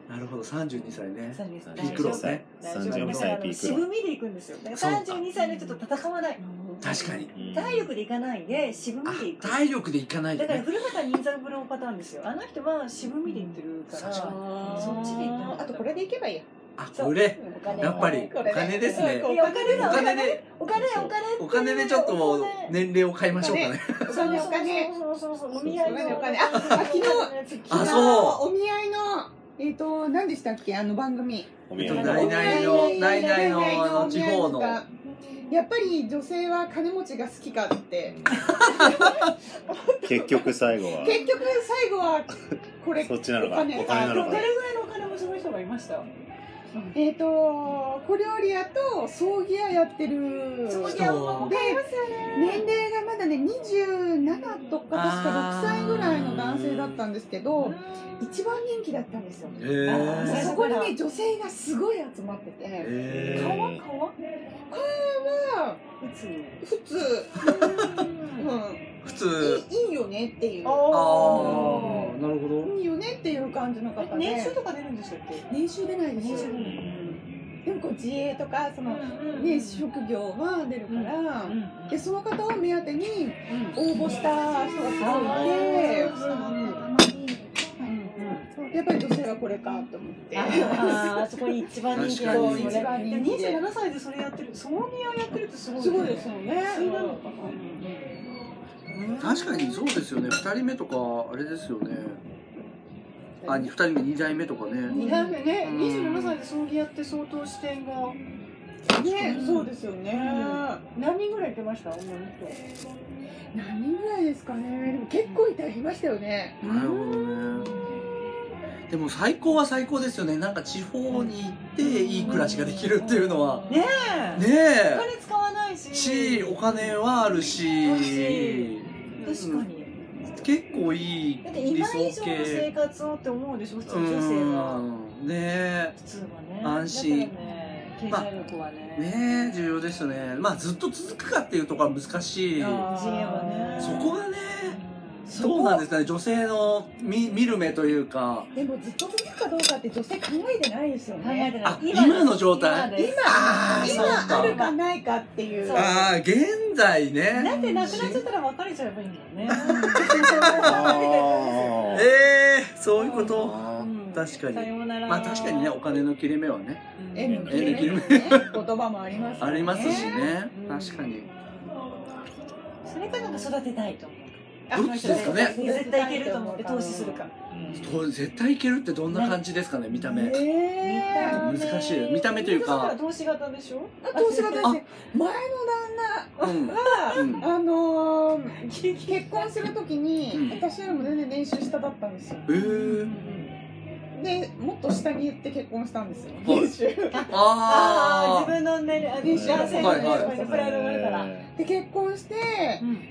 [SPEAKER 2] なるほど32歳ね
[SPEAKER 1] 32
[SPEAKER 2] ピークロスね
[SPEAKER 4] 32歳ピークロス
[SPEAKER 1] 渋みでいくんですよだから32歳の人と戦わない
[SPEAKER 2] 確かに
[SPEAKER 4] うん
[SPEAKER 1] 体力でいかないで渋み
[SPEAKER 2] あ
[SPEAKER 1] でいく
[SPEAKER 2] 体力でいかないと
[SPEAKER 1] だから
[SPEAKER 2] ね
[SPEAKER 1] 古畑任三郎パターンですよあの人は渋みでいってるから
[SPEAKER 2] 確かに
[SPEAKER 1] そっちで行ったの
[SPEAKER 3] あとこれで行けばいいや
[SPEAKER 2] あ
[SPEAKER 1] そう
[SPEAKER 2] これ
[SPEAKER 1] お金
[SPEAKER 2] やっぱり
[SPEAKER 3] これ
[SPEAKER 2] お金ですね
[SPEAKER 1] いやお金
[SPEAKER 2] お
[SPEAKER 1] だお
[SPEAKER 2] 金
[SPEAKER 1] 金
[SPEAKER 2] で
[SPEAKER 1] お金お金
[SPEAKER 2] お金でちょっともう年齢を変えましょうかね
[SPEAKER 3] お金お金
[SPEAKER 1] そうそうそうそうそうお見合いの
[SPEAKER 3] お金お金ああ昨日
[SPEAKER 2] あ
[SPEAKER 3] 昨日
[SPEAKER 2] そう
[SPEAKER 3] お見合いのえっ、と、何でしたっけ、あの番組。
[SPEAKER 4] お
[SPEAKER 2] え
[SPEAKER 4] 見
[SPEAKER 2] っ
[SPEAKER 4] 合
[SPEAKER 2] と、
[SPEAKER 4] い
[SPEAKER 2] ナイナイの、ナイナイの、あの、地方の。
[SPEAKER 3] やっぱり女性は金持ちが好きかって。
[SPEAKER 4] 結局最後は
[SPEAKER 3] 結局最後は、これ。
[SPEAKER 4] そっちなのか
[SPEAKER 3] お金
[SPEAKER 4] お金なの
[SPEAKER 1] ど
[SPEAKER 4] か
[SPEAKER 1] れぐらいのお金持ちの人がいました
[SPEAKER 3] えっ、と、小料理屋と葬儀屋やってる。
[SPEAKER 1] そこに
[SPEAKER 2] 儀屋
[SPEAKER 1] あんまも
[SPEAKER 3] で
[SPEAKER 1] 買えますよね
[SPEAKER 3] 年齢がまだね27とか確か
[SPEAKER 2] あー
[SPEAKER 3] 6歳ぐらいの男性だったんですけど一番人気だったんですよ
[SPEAKER 2] へー
[SPEAKER 3] そこにね女性がすごい集まってて
[SPEAKER 2] へ
[SPEAKER 4] ー
[SPEAKER 2] ー
[SPEAKER 1] 顔は顔は
[SPEAKER 3] まあ
[SPEAKER 1] 普通
[SPEAKER 3] 普通、う
[SPEAKER 2] 普
[SPEAKER 3] ん、
[SPEAKER 2] 通。
[SPEAKER 3] いいいいよねっていう
[SPEAKER 2] ああ
[SPEAKER 1] あ、
[SPEAKER 2] なるほど。
[SPEAKER 3] いいよねっていう感じの方
[SPEAKER 1] あ
[SPEAKER 3] で
[SPEAKER 1] 年収とか出るんでしたっけ
[SPEAKER 3] 年収出ないで
[SPEAKER 1] 年
[SPEAKER 3] す
[SPEAKER 1] 収
[SPEAKER 3] よ
[SPEAKER 1] 出ない
[SPEAKER 3] でもこう自営とかその、ね、
[SPEAKER 1] 年収
[SPEAKER 3] 職業は出るから、
[SPEAKER 1] うん
[SPEAKER 3] でその方を目当てに
[SPEAKER 1] うん
[SPEAKER 3] 応募した人がすごい
[SPEAKER 1] あ
[SPEAKER 3] い
[SPEAKER 1] ー
[SPEAKER 3] て
[SPEAKER 1] うん
[SPEAKER 3] やっぱり女性はこれかと思って。
[SPEAKER 1] あーそこに一番人気なんですよね
[SPEAKER 3] 確かに
[SPEAKER 1] でも27歳でそれやってるソニアやってるってすごい
[SPEAKER 3] すごいですよね。
[SPEAKER 1] 普通なのかな
[SPEAKER 2] 確かにそうですよね。二人目とか、あれですよね。あ、二人目、二代目とかね。
[SPEAKER 3] 二代目ね。
[SPEAKER 2] うん
[SPEAKER 1] 27歳で葬儀やって相当視点が
[SPEAKER 3] ね、そうですよね。
[SPEAKER 1] 何人ぐらい行ってました女の人
[SPEAKER 3] 何人ぐらいですかね。でも結構いただきましたよね。
[SPEAKER 2] なるほどね。でも最高は最高ですよね。なんか地方に行っていい暮らしができるっていうのは。
[SPEAKER 1] ね
[SPEAKER 2] ね
[SPEAKER 1] お
[SPEAKER 2] え。
[SPEAKER 1] 金使わないし
[SPEAKER 2] し、お金はある
[SPEAKER 1] ある
[SPEAKER 2] し
[SPEAKER 1] し。確かに
[SPEAKER 2] 結構いい
[SPEAKER 1] だって今以上の生
[SPEAKER 2] 系。
[SPEAKER 1] 活をって思うでしょ普通
[SPEAKER 2] う
[SPEAKER 1] 女性は
[SPEAKER 2] ん。ね
[SPEAKER 1] 普通はね
[SPEAKER 2] 安心
[SPEAKER 1] だからね経済力はね
[SPEAKER 2] え。ねえ、重要でしたね。まあずっと続くかっていうところは難しい。
[SPEAKER 1] あ自営はね
[SPEAKER 2] そこがね、
[SPEAKER 3] そこ
[SPEAKER 2] どうなんですかね。女性の見見る目というか。
[SPEAKER 3] でもずっと続くかどうかって女性考えてないですよ
[SPEAKER 1] 考え
[SPEAKER 3] ね。
[SPEAKER 1] てない
[SPEAKER 2] あ、今の状態
[SPEAKER 1] 今です
[SPEAKER 2] ああ、そう
[SPEAKER 3] 今ある
[SPEAKER 2] か。
[SPEAKER 3] かないかっていう。
[SPEAKER 1] そう
[SPEAKER 2] ああ、現在ね。
[SPEAKER 1] だってなくなっちゃったら別れちゃえばいいんだよね。
[SPEAKER 4] あー
[SPEAKER 2] ええそういうこと。
[SPEAKER 4] あー
[SPEAKER 2] 確かに
[SPEAKER 1] さようなら。
[SPEAKER 2] まあ確かにね、お金の切れ目はね、
[SPEAKER 1] うん。
[SPEAKER 3] 縁の切
[SPEAKER 2] 縁
[SPEAKER 3] れ
[SPEAKER 2] の切れ
[SPEAKER 3] 目
[SPEAKER 2] 目
[SPEAKER 3] ですね。言葉もありますよ
[SPEAKER 2] ありますし。ね
[SPEAKER 1] う。ん
[SPEAKER 2] 確かに。
[SPEAKER 1] それかなんか育てたいと思う。
[SPEAKER 2] どっちですかね
[SPEAKER 1] 絶対いけると思って投資するか。
[SPEAKER 2] と絶対いけるってどんな感じですかね、見た目。
[SPEAKER 3] えー
[SPEAKER 1] 見た目
[SPEAKER 2] 難しい。見た目という
[SPEAKER 1] だから
[SPEAKER 2] か、
[SPEAKER 1] 投資型でしょ。
[SPEAKER 3] あ投資が大事前の旦
[SPEAKER 2] うん。うん
[SPEAKER 3] 那あのー
[SPEAKER 1] 結
[SPEAKER 3] 結婚するとき
[SPEAKER 2] うん
[SPEAKER 3] に私よりも全然年収下だったんですよ
[SPEAKER 2] えー、
[SPEAKER 3] でもっと下に行って結婚したんですよ
[SPEAKER 2] はい
[SPEAKER 3] 年収
[SPEAKER 1] ああ
[SPEAKER 2] あ
[SPEAKER 1] 自分の年齢あ年収男性の
[SPEAKER 2] はい
[SPEAKER 1] 年
[SPEAKER 2] はい
[SPEAKER 1] 齢プライドがあるから。
[SPEAKER 3] で結婚して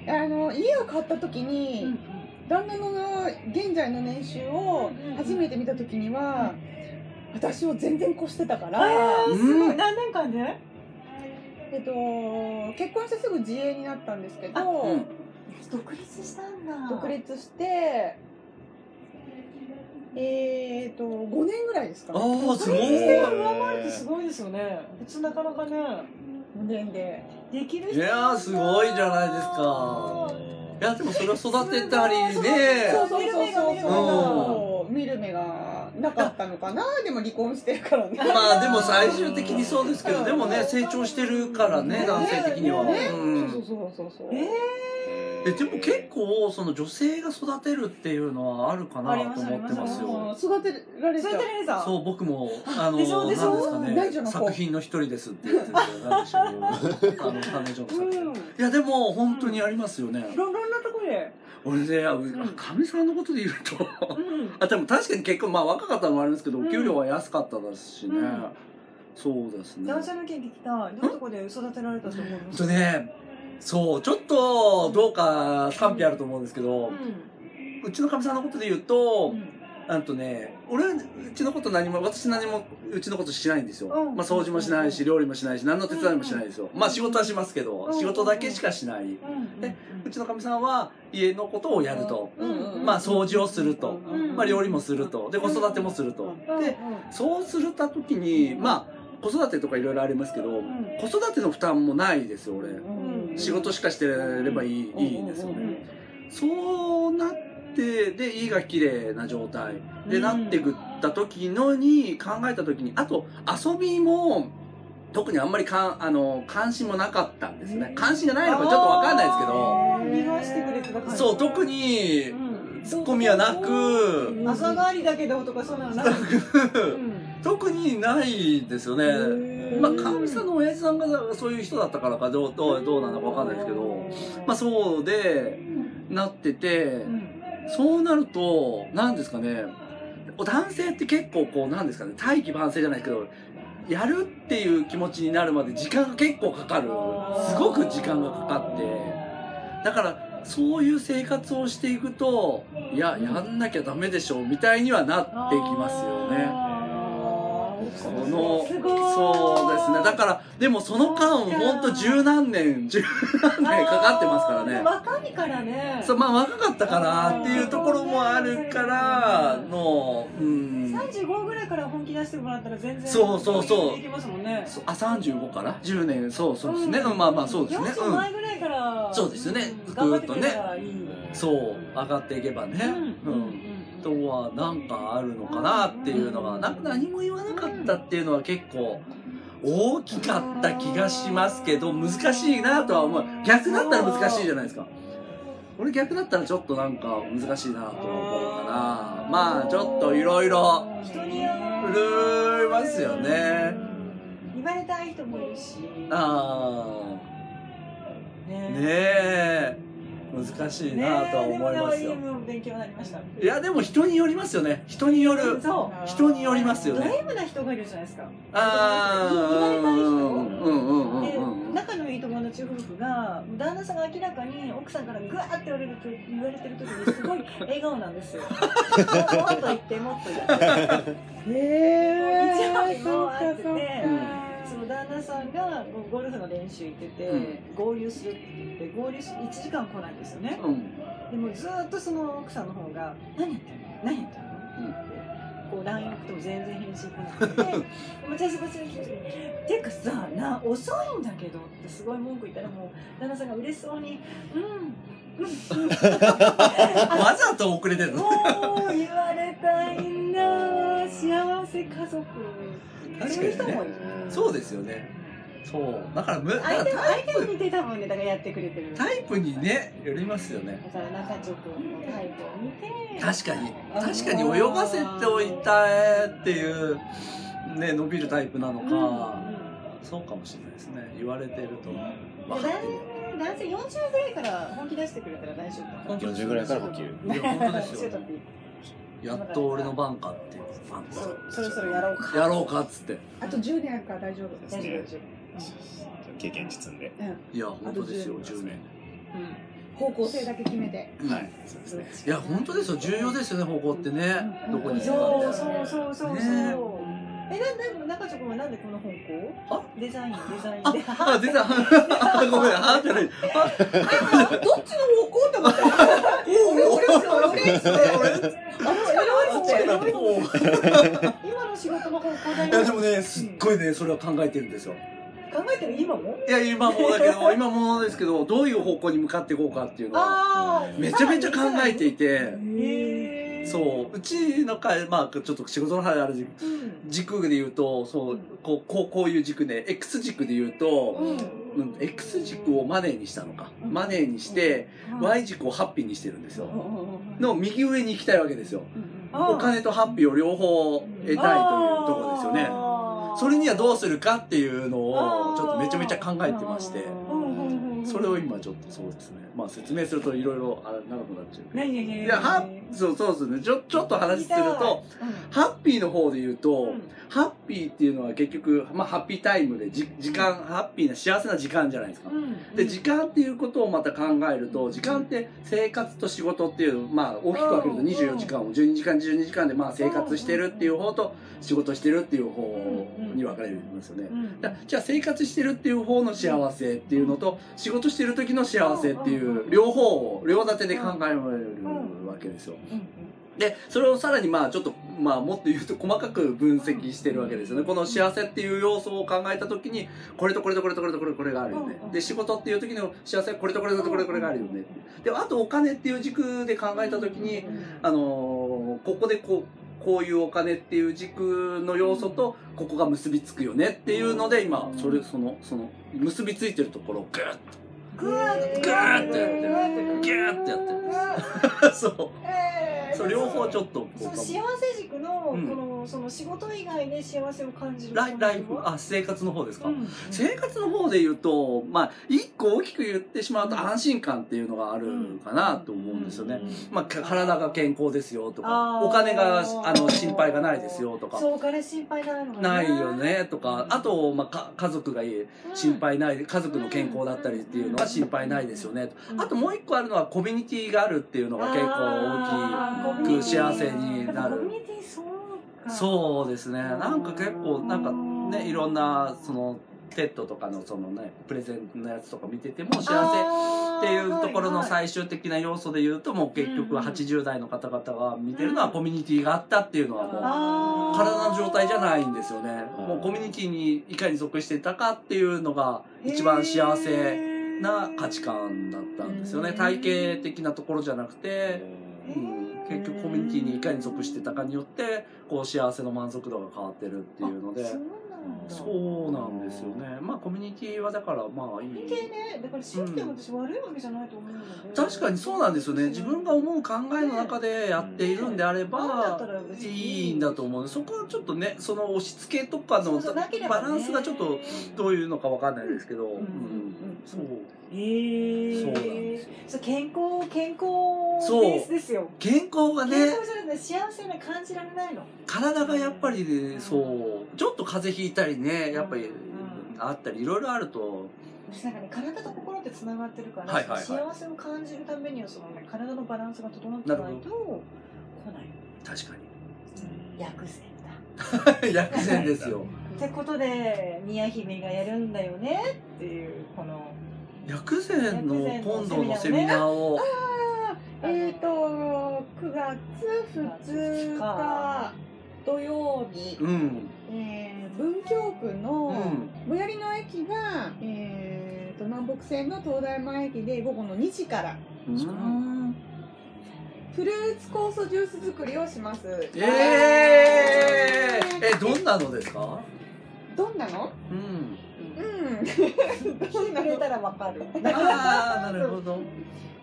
[SPEAKER 1] うん
[SPEAKER 3] あの家を買った時に、旦那の現在の年収を
[SPEAKER 1] うんうん
[SPEAKER 3] 初めて見た時には、私を全然越してたか
[SPEAKER 1] あ
[SPEAKER 3] ら、
[SPEAKER 1] ーすごい何年間で？
[SPEAKER 3] えっと、結婚してすぐ自営になったんですけど、
[SPEAKER 2] ーうん。
[SPEAKER 1] 独立したんだ。
[SPEAKER 3] 独立してえっと5年ぐらいですか
[SPEAKER 2] あ
[SPEAKER 3] ね
[SPEAKER 2] ーすごい。
[SPEAKER 1] でも上回るってすごいですよね。普通なかなかね
[SPEAKER 3] 5年で
[SPEAKER 1] できる
[SPEAKER 2] い
[SPEAKER 1] 人なんだ。
[SPEAKER 2] やー、すごいじゃないですか。いや、でもそれを育てたりね。
[SPEAKER 3] そうそうそうそう
[SPEAKER 1] う
[SPEAKER 3] そう見る目がなかったのかなでも離婚してるからね
[SPEAKER 2] まあでも最終的にそうですけど、でもね、成長してるからね、男性的には。
[SPEAKER 3] ね
[SPEAKER 2] うん
[SPEAKER 3] そうそうそうそうそう
[SPEAKER 1] え
[SPEAKER 2] えでも結構その女性が育てるっていうのはあるかな
[SPEAKER 1] あ
[SPEAKER 2] と
[SPEAKER 1] り
[SPEAKER 2] 思
[SPEAKER 1] ま
[SPEAKER 2] っ
[SPEAKER 1] す
[SPEAKER 2] て
[SPEAKER 1] あ
[SPEAKER 2] ま
[SPEAKER 1] り
[SPEAKER 2] す
[SPEAKER 1] ます
[SPEAKER 2] よ。
[SPEAKER 3] もう育てられ
[SPEAKER 1] そ
[SPEAKER 3] ちゃ
[SPEAKER 1] れ
[SPEAKER 3] う
[SPEAKER 1] テレビさん。
[SPEAKER 2] そう僕もあの
[SPEAKER 1] でしょでし
[SPEAKER 2] な
[SPEAKER 1] ょ
[SPEAKER 2] ん
[SPEAKER 3] 男
[SPEAKER 2] です
[SPEAKER 3] 女の
[SPEAKER 2] かね
[SPEAKER 3] 子
[SPEAKER 2] 作品の一人ですって言ってるなんでしょうあの彼女の作
[SPEAKER 1] う
[SPEAKER 2] 品。
[SPEAKER 1] ん。
[SPEAKER 2] いやでも本当にありますよね。
[SPEAKER 1] いろんなとこで。
[SPEAKER 2] 俺ねあうあかみさんのことで言うと
[SPEAKER 1] うん。
[SPEAKER 2] あでも確かに結構まあ若かったのもあるんですけど、
[SPEAKER 1] うん
[SPEAKER 2] お給料は安かったですしね。
[SPEAKER 1] うん
[SPEAKER 2] そうですね。
[SPEAKER 1] 男性の件聞きたい。どんなとこで育てられたと思いま
[SPEAKER 2] ほん
[SPEAKER 1] す
[SPEAKER 2] とねそうちょっとどうか賛否あると思うんですけど、
[SPEAKER 1] う。
[SPEAKER 2] うんちのかみさんのことで言うと。
[SPEAKER 1] うん
[SPEAKER 2] あとね、俺はうちのこと何も、私何もうちのことしないんですよ。
[SPEAKER 1] うん
[SPEAKER 2] まあ掃除もしないし、料理もしないし、何の手伝いもしないですよ。まあ仕事はしますけど、
[SPEAKER 1] うん
[SPEAKER 2] 仕事だけしかしない。
[SPEAKER 1] うん。
[SPEAKER 2] えうちのかみさんは家のことをやると。
[SPEAKER 1] うんうん
[SPEAKER 2] まあ掃除をすると。
[SPEAKER 1] うん
[SPEAKER 2] まあ料理もすると。で、子育てもすると。で、そうするた時に、まあ子育てとかいろいろありますけど、子育ての負担もないですよ、俺。
[SPEAKER 1] うん
[SPEAKER 2] 仕事しかしてればいい,、いいんですよね。そうなってで家が綺麗な状態で、
[SPEAKER 1] うん
[SPEAKER 2] なってくった時のに考えた時にあと遊びも特にあんまりかんあの関心もなかったんですね関心がないのかちょっとわかんないですけど
[SPEAKER 1] あー見返してくれてた感じ。
[SPEAKER 2] そう特に
[SPEAKER 1] うん
[SPEAKER 2] ツッコミはな
[SPEAKER 3] う
[SPEAKER 2] く
[SPEAKER 3] ん
[SPEAKER 1] 朝帰りだけどとかそうなのなく
[SPEAKER 2] なく特にないですよねまあかおりさんの親父さんがそういう人だったからかどうどうどうなのかわかんないですけどまあそうでなっててそうなると何ですかね男性って結構こうなんですかね大器晩成じゃないですけどやるっていう気持ちになるまで時間が結構かかるすごく時間がかかってだからそういう生活をしていくといややんなきゃダメでしょみたいにはなってきますよね。その
[SPEAKER 3] すごい
[SPEAKER 2] そうですねだからでもその間
[SPEAKER 1] そっか
[SPEAKER 2] ほんと十何年十何年かかってますからね
[SPEAKER 1] 若いからね
[SPEAKER 2] そうまあ若かったからっていうところもあるからのうん
[SPEAKER 1] 35ぐらいから本気出してもらったら全然
[SPEAKER 2] そうそうそう
[SPEAKER 1] できますもんね
[SPEAKER 2] そうあ35から10年そうそうですね、
[SPEAKER 1] うん
[SPEAKER 2] うんまあまあそうですね
[SPEAKER 1] 40前ぐらいから、
[SPEAKER 2] そうですね
[SPEAKER 1] ん頑張ってくれたらいい、
[SPEAKER 2] うんそう上がっていけばねうん、あとはなんかあるのかなっていうのがなんか何も言わなかったっていうのは結構大きかった気がしますけど難しいなとは思う逆だったら難しいじゃないですか俺逆だったらちょっとなんか難しいなと思うからまあちょっといろいろ
[SPEAKER 1] 人による
[SPEAKER 2] るますよね
[SPEAKER 1] 言われたい人もいるし
[SPEAKER 2] ああね
[SPEAKER 1] ね
[SPEAKER 2] え難しいなとは思いますよ
[SPEAKER 1] ねでもでもでも勉強になりました
[SPEAKER 2] いやでも人によりますよね人による
[SPEAKER 1] そ
[SPEAKER 2] 人によります
[SPEAKER 1] う
[SPEAKER 2] よ
[SPEAKER 1] ド
[SPEAKER 2] ね
[SPEAKER 1] M な人がいるじゃないですか
[SPEAKER 2] ああ、
[SPEAKER 1] うん
[SPEAKER 2] うんうんうん
[SPEAKER 1] で
[SPEAKER 2] うん。
[SPEAKER 1] 仲のいい友達夫婦が旦那さんが明らかに奥さんからグワーって言われると言われてる時にすごい笑顔なんで すよもっと言ってもっと言って
[SPEAKER 3] へえ
[SPEAKER 1] 一応
[SPEAKER 3] ー、そう
[SPEAKER 1] 今
[SPEAKER 3] か
[SPEAKER 1] 会ってて
[SPEAKER 3] そう
[SPEAKER 1] そ
[SPEAKER 3] か
[SPEAKER 1] の旦那さんがゴルフの練習行ってて、
[SPEAKER 2] うん
[SPEAKER 1] 合流するって言って合流し1時間来ないんですよね
[SPEAKER 2] うん。
[SPEAKER 1] でもずーっとその奥さんの方が「何やってんの何やってんの?」ってこう LINE 送っても全然返信来なくてお茶すごちに来て「てかさな遅いんだけど」ってすごい文句言ったらもう旦那さんが嬉しそうに「うんうんうん」
[SPEAKER 2] わざと遅れてるの。
[SPEAKER 1] もう言われたいな幸せ家族
[SPEAKER 2] 確
[SPEAKER 1] そう
[SPEAKER 2] か
[SPEAKER 1] いう人
[SPEAKER 2] に
[SPEAKER 1] もい
[SPEAKER 2] ね。
[SPEAKER 1] る
[SPEAKER 2] そうですよね。そう。だからむ、だから
[SPEAKER 1] 相手
[SPEAKER 2] タイ
[SPEAKER 1] 相手に
[SPEAKER 2] プ、
[SPEAKER 1] 似て多分ねだからやってくれてるだか
[SPEAKER 2] タイプにね、よりますよね。
[SPEAKER 1] ら中条君のタイプを見て
[SPEAKER 2] 確かに。確かに泳がせておいたっていう、ね、伸びるタイプなの
[SPEAKER 1] うん
[SPEAKER 2] か、
[SPEAKER 1] うん
[SPEAKER 2] そうかもしれないですね。言われてると。
[SPEAKER 1] 男
[SPEAKER 2] 分かってるよ。
[SPEAKER 1] 性40ぐらいから本気出してくれたら大丈夫
[SPEAKER 4] 40ぐらいから補給
[SPEAKER 2] いや、本当です
[SPEAKER 1] シ
[SPEAKER 2] よ
[SPEAKER 1] ュート。ピー
[SPEAKER 2] やっと俺の番かっていう。番か
[SPEAKER 1] そうそろそろやろうか
[SPEAKER 2] やろうかっつって。
[SPEAKER 3] あと10年あるから大丈夫
[SPEAKER 1] 大丈夫大丈
[SPEAKER 4] 経験値積んで。
[SPEAKER 2] いや、本当ですよ、10年。
[SPEAKER 3] 方向性だけ決めて
[SPEAKER 4] はい。そうですね。
[SPEAKER 1] 夫
[SPEAKER 2] いや本当ですよ重要ですよね方向ってね、
[SPEAKER 3] うん
[SPEAKER 2] どこに行くか
[SPEAKER 1] そう
[SPEAKER 2] って
[SPEAKER 1] そうそうそうそう
[SPEAKER 2] ね
[SPEAKER 1] えなんでも中条君はなんでこの方向
[SPEAKER 2] あ
[SPEAKER 1] デザインデザインで
[SPEAKER 2] あ出た あごめんあじゃないあ
[SPEAKER 3] どっちの方向って思った俺俺俺俺 って
[SPEAKER 1] 俺
[SPEAKER 2] おお
[SPEAKER 1] 今の仕事の方向だ
[SPEAKER 2] いやで
[SPEAKER 1] よ
[SPEAKER 2] もねすっごいねそれは考えてるんですよ
[SPEAKER 1] 考えてる今も
[SPEAKER 2] いや今もだけ ど今もですけどどういう方向に向かっていこうかっていうのは
[SPEAKER 1] ああ
[SPEAKER 2] めちゃめちゃ考えていて
[SPEAKER 1] へえ
[SPEAKER 2] そううちの会まあちょっと仕事の話ある
[SPEAKER 1] ううん
[SPEAKER 2] 軸で言うとそうこうこうこういう軸ね X 軸で言うと、うん、X 軸をマネーにしたのかマネーにして、Y 軸をハッピーにしてるんですよ、の右上に行きたいわけですよ。お金とハッピーを両方得たいというところですよね。それにはどうするかっていうのをちょっとめちゃめちゃ考えてまして、それを今ちょっとそうですね。まあ説明するといろいろあ長くなっちゃうけ
[SPEAKER 1] 何何
[SPEAKER 2] ど。いや、ハッそうそうですね。ちょ、ちょっと話すると、ハッピーの方で言うと、ハッピーっていうのは結局、まあハッピータイムでじ、時間、ハッピーな幸せな時間じゃないですか。で時間っていうことをまた考えると時間って生活と仕事っていうまあ大きく分けると
[SPEAKER 1] うん
[SPEAKER 2] 24時間を12時間12時間でまあ生活してるっていう方と仕事してるっていう方に分かれるんですよね。だじゃあ生活してるっていう方の幸せっていうのと仕事してる時の幸せっていう両方を両立てで考えられるわけですよ。でそれをさらにまあちょっとまあもっと言うと細かく分析してるわけですよねこの幸せっていう要素を考えた時にこれとこれとこれとこれとこれこれがあるよね
[SPEAKER 1] うんうん
[SPEAKER 2] で仕事っていう時の幸せはこれとこれとこれとこれがあるよねであとお金っていう軸で考えた時にあのーここでこうこういうお金っていう軸の要素とここが結びつくよねっていうので今それそのその結びついてるところをグッと
[SPEAKER 1] グワー
[SPEAKER 2] グワーってやってるギューってやってる そう
[SPEAKER 1] えー
[SPEAKER 2] そう両方ちょっとこ
[SPEAKER 1] そうの
[SPEAKER 2] か
[SPEAKER 1] 幸
[SPEAKER 2] も
[SPEAKER 1] せ軸の,、
[SPEAKER 2] うん
[SPEAKER 1] このその仕事以外で幸せを感じる
[SPEAKER 2] ライライフ
[SPEAKER 1] あ
[SPEAKER 2] あ生活の方ですか、
[SPEAKER 1] うん、
[SPEAKER 2] 生活の方で言うと、まあ、一個大きく言ってしまうと安心感っていうのがあるかなと思うんですよね。まあ、か体が健康ですよとか、
[SPEAKER 1] あー
[SPEAKER 2] お金があの心配がないですよとか、
[SPEAKER 1] そうお金心配ないのか
[SPEAKER 2] ないよねとか
[SPEAKER 1] う、ん
[SPEAKER 2] あと、まあ、か家族がいい心、配ない、家族の健康だったりっていうのは心配ないですよねと。
[SPEAKER 1] うん
[SPEAKER 2] あともう一個あるのはコミュニティがあるっていうのが結構
[SPEAKER 1] あー
[SPEAKER 2] 大きく幸せにな
[SPEAKER 1] コミ
[SPEAKER 2] る。
[SPEAKER 1] ュニティそうか
[SPEAKER 2] そうですね。なんか結構、なんかね、いろんな、その、テッドとかのそのね、プレゼントのやつとか見てても幸せ
[SPEAKER 1] っ
[SPEAKER 2] っていうところの
[SPEAKER 1] 最
[SPEAKER 2] 最終的な要素で言うともう結局は
[SPEAKER 1] うんうん
[SPEAKER 2] 80代の方々が見てるのはコミュニティがあったっていうのはもう
[SPEAKER 1] あー
[SPEAKER 2] 体の状態じゃないんですよね
[SPEAKER 4] うん
[SPEAKER 2] もうコミュニティにいかに属してたかっていうのが一番幸せな価値観だったんですよね
[SPEAKER 1] うん
[SPEAKER 2] 体系的なところじゃなくて、うん、結局コミュニティにいかに属してたかによってこう幸せの満足度が変わってるっていうので
[SPEAKER 1] そうなんだ
[SPEAKER 2] そうなんですよねまあコミュニティはだからまあい
[SPEAKER 1] 関
[SPEAKER 2] い
[SPEAKER 1] 係ねだから宗教も私悪いわけじゃないと思うので、
[SPEAKER 2] 確かにそうなんですよね自分が思う考えの中でやっているんであれば
[SPEAKER 1] うん
[SPEAKER 2] いいんだと思うそこはちょっとねその押し付けとかの
[SPEAKER 1] そうそうなければ
[SPEAKER 2] バ
[SPEAKER 1] ね
[SPEAKER 2] ランスがちょっとどういうのかわかんないですけど、うん
[SPEAKER 1] んうん
[SPEAKER 2] そう
[SPEAKER 1] えー、
[SPEAKER 2] そうなんですよ
[SPEAKER 1] そう健康健康
[SPEAKER 2] そう
[SPEAKER 1] ベースですよ
[SPEAKER 2] 健康が
[SPEAKER 1] 健
[SPEAKER 2] ね
[SPEAKER 1] 康じゃなくて幸せな感じられないの
[SPEAKER 2] 体がやっぱりねそうちょっと風邪ひいたりねやっぱり
[SPEAKER 1] うん
[SPEAKER 2] あったりいろいろあると
[SPEAKER 1] 私なんかね体と心ってつながってるから、
[SPEAKER 2] はいはいはい
[SPEAKER 1] 幸せを感じるためにはその、ね、体のバランスが整ってない
[SPEAKER 2] なる
[SPEAKER 1] と来ない
[SPEAKER 2] 確 か
[SPEAKER 1] 薬膳だ
[SPEAKER 2] に薬膳ですよ
[SPEAKER 1] ってことで宮姫がやるんだよねっていうこの
[SPEAKER 2] 薬膳の今度のセミナーを
[SPEAKER 3] えっ、ー、と、9月2日土曜日、
[SPEAKER 2] うん
[SPEAKER 3] えー、文京区
[SPEAKER 2] う
[SPEAKER 3] の
[SPEAKER 2] ん
[SPEAKER 3] 最寄りの駅が、えー、と南北線の東大前駅で午後の2時から
[SPEAKER 2] うん
[SPEAKER 3] フルーツ酵素ジュース作りをします。
[SPEAKER 2] えー、えどんなのですか
[SPEAKER 3] どんなの
[SPEAKER 2] うん
[SPEAKER 3] うん。
[SPEAKER 1] 聞いてくれたらわかる
[SPEAKER 2] あ あなるほど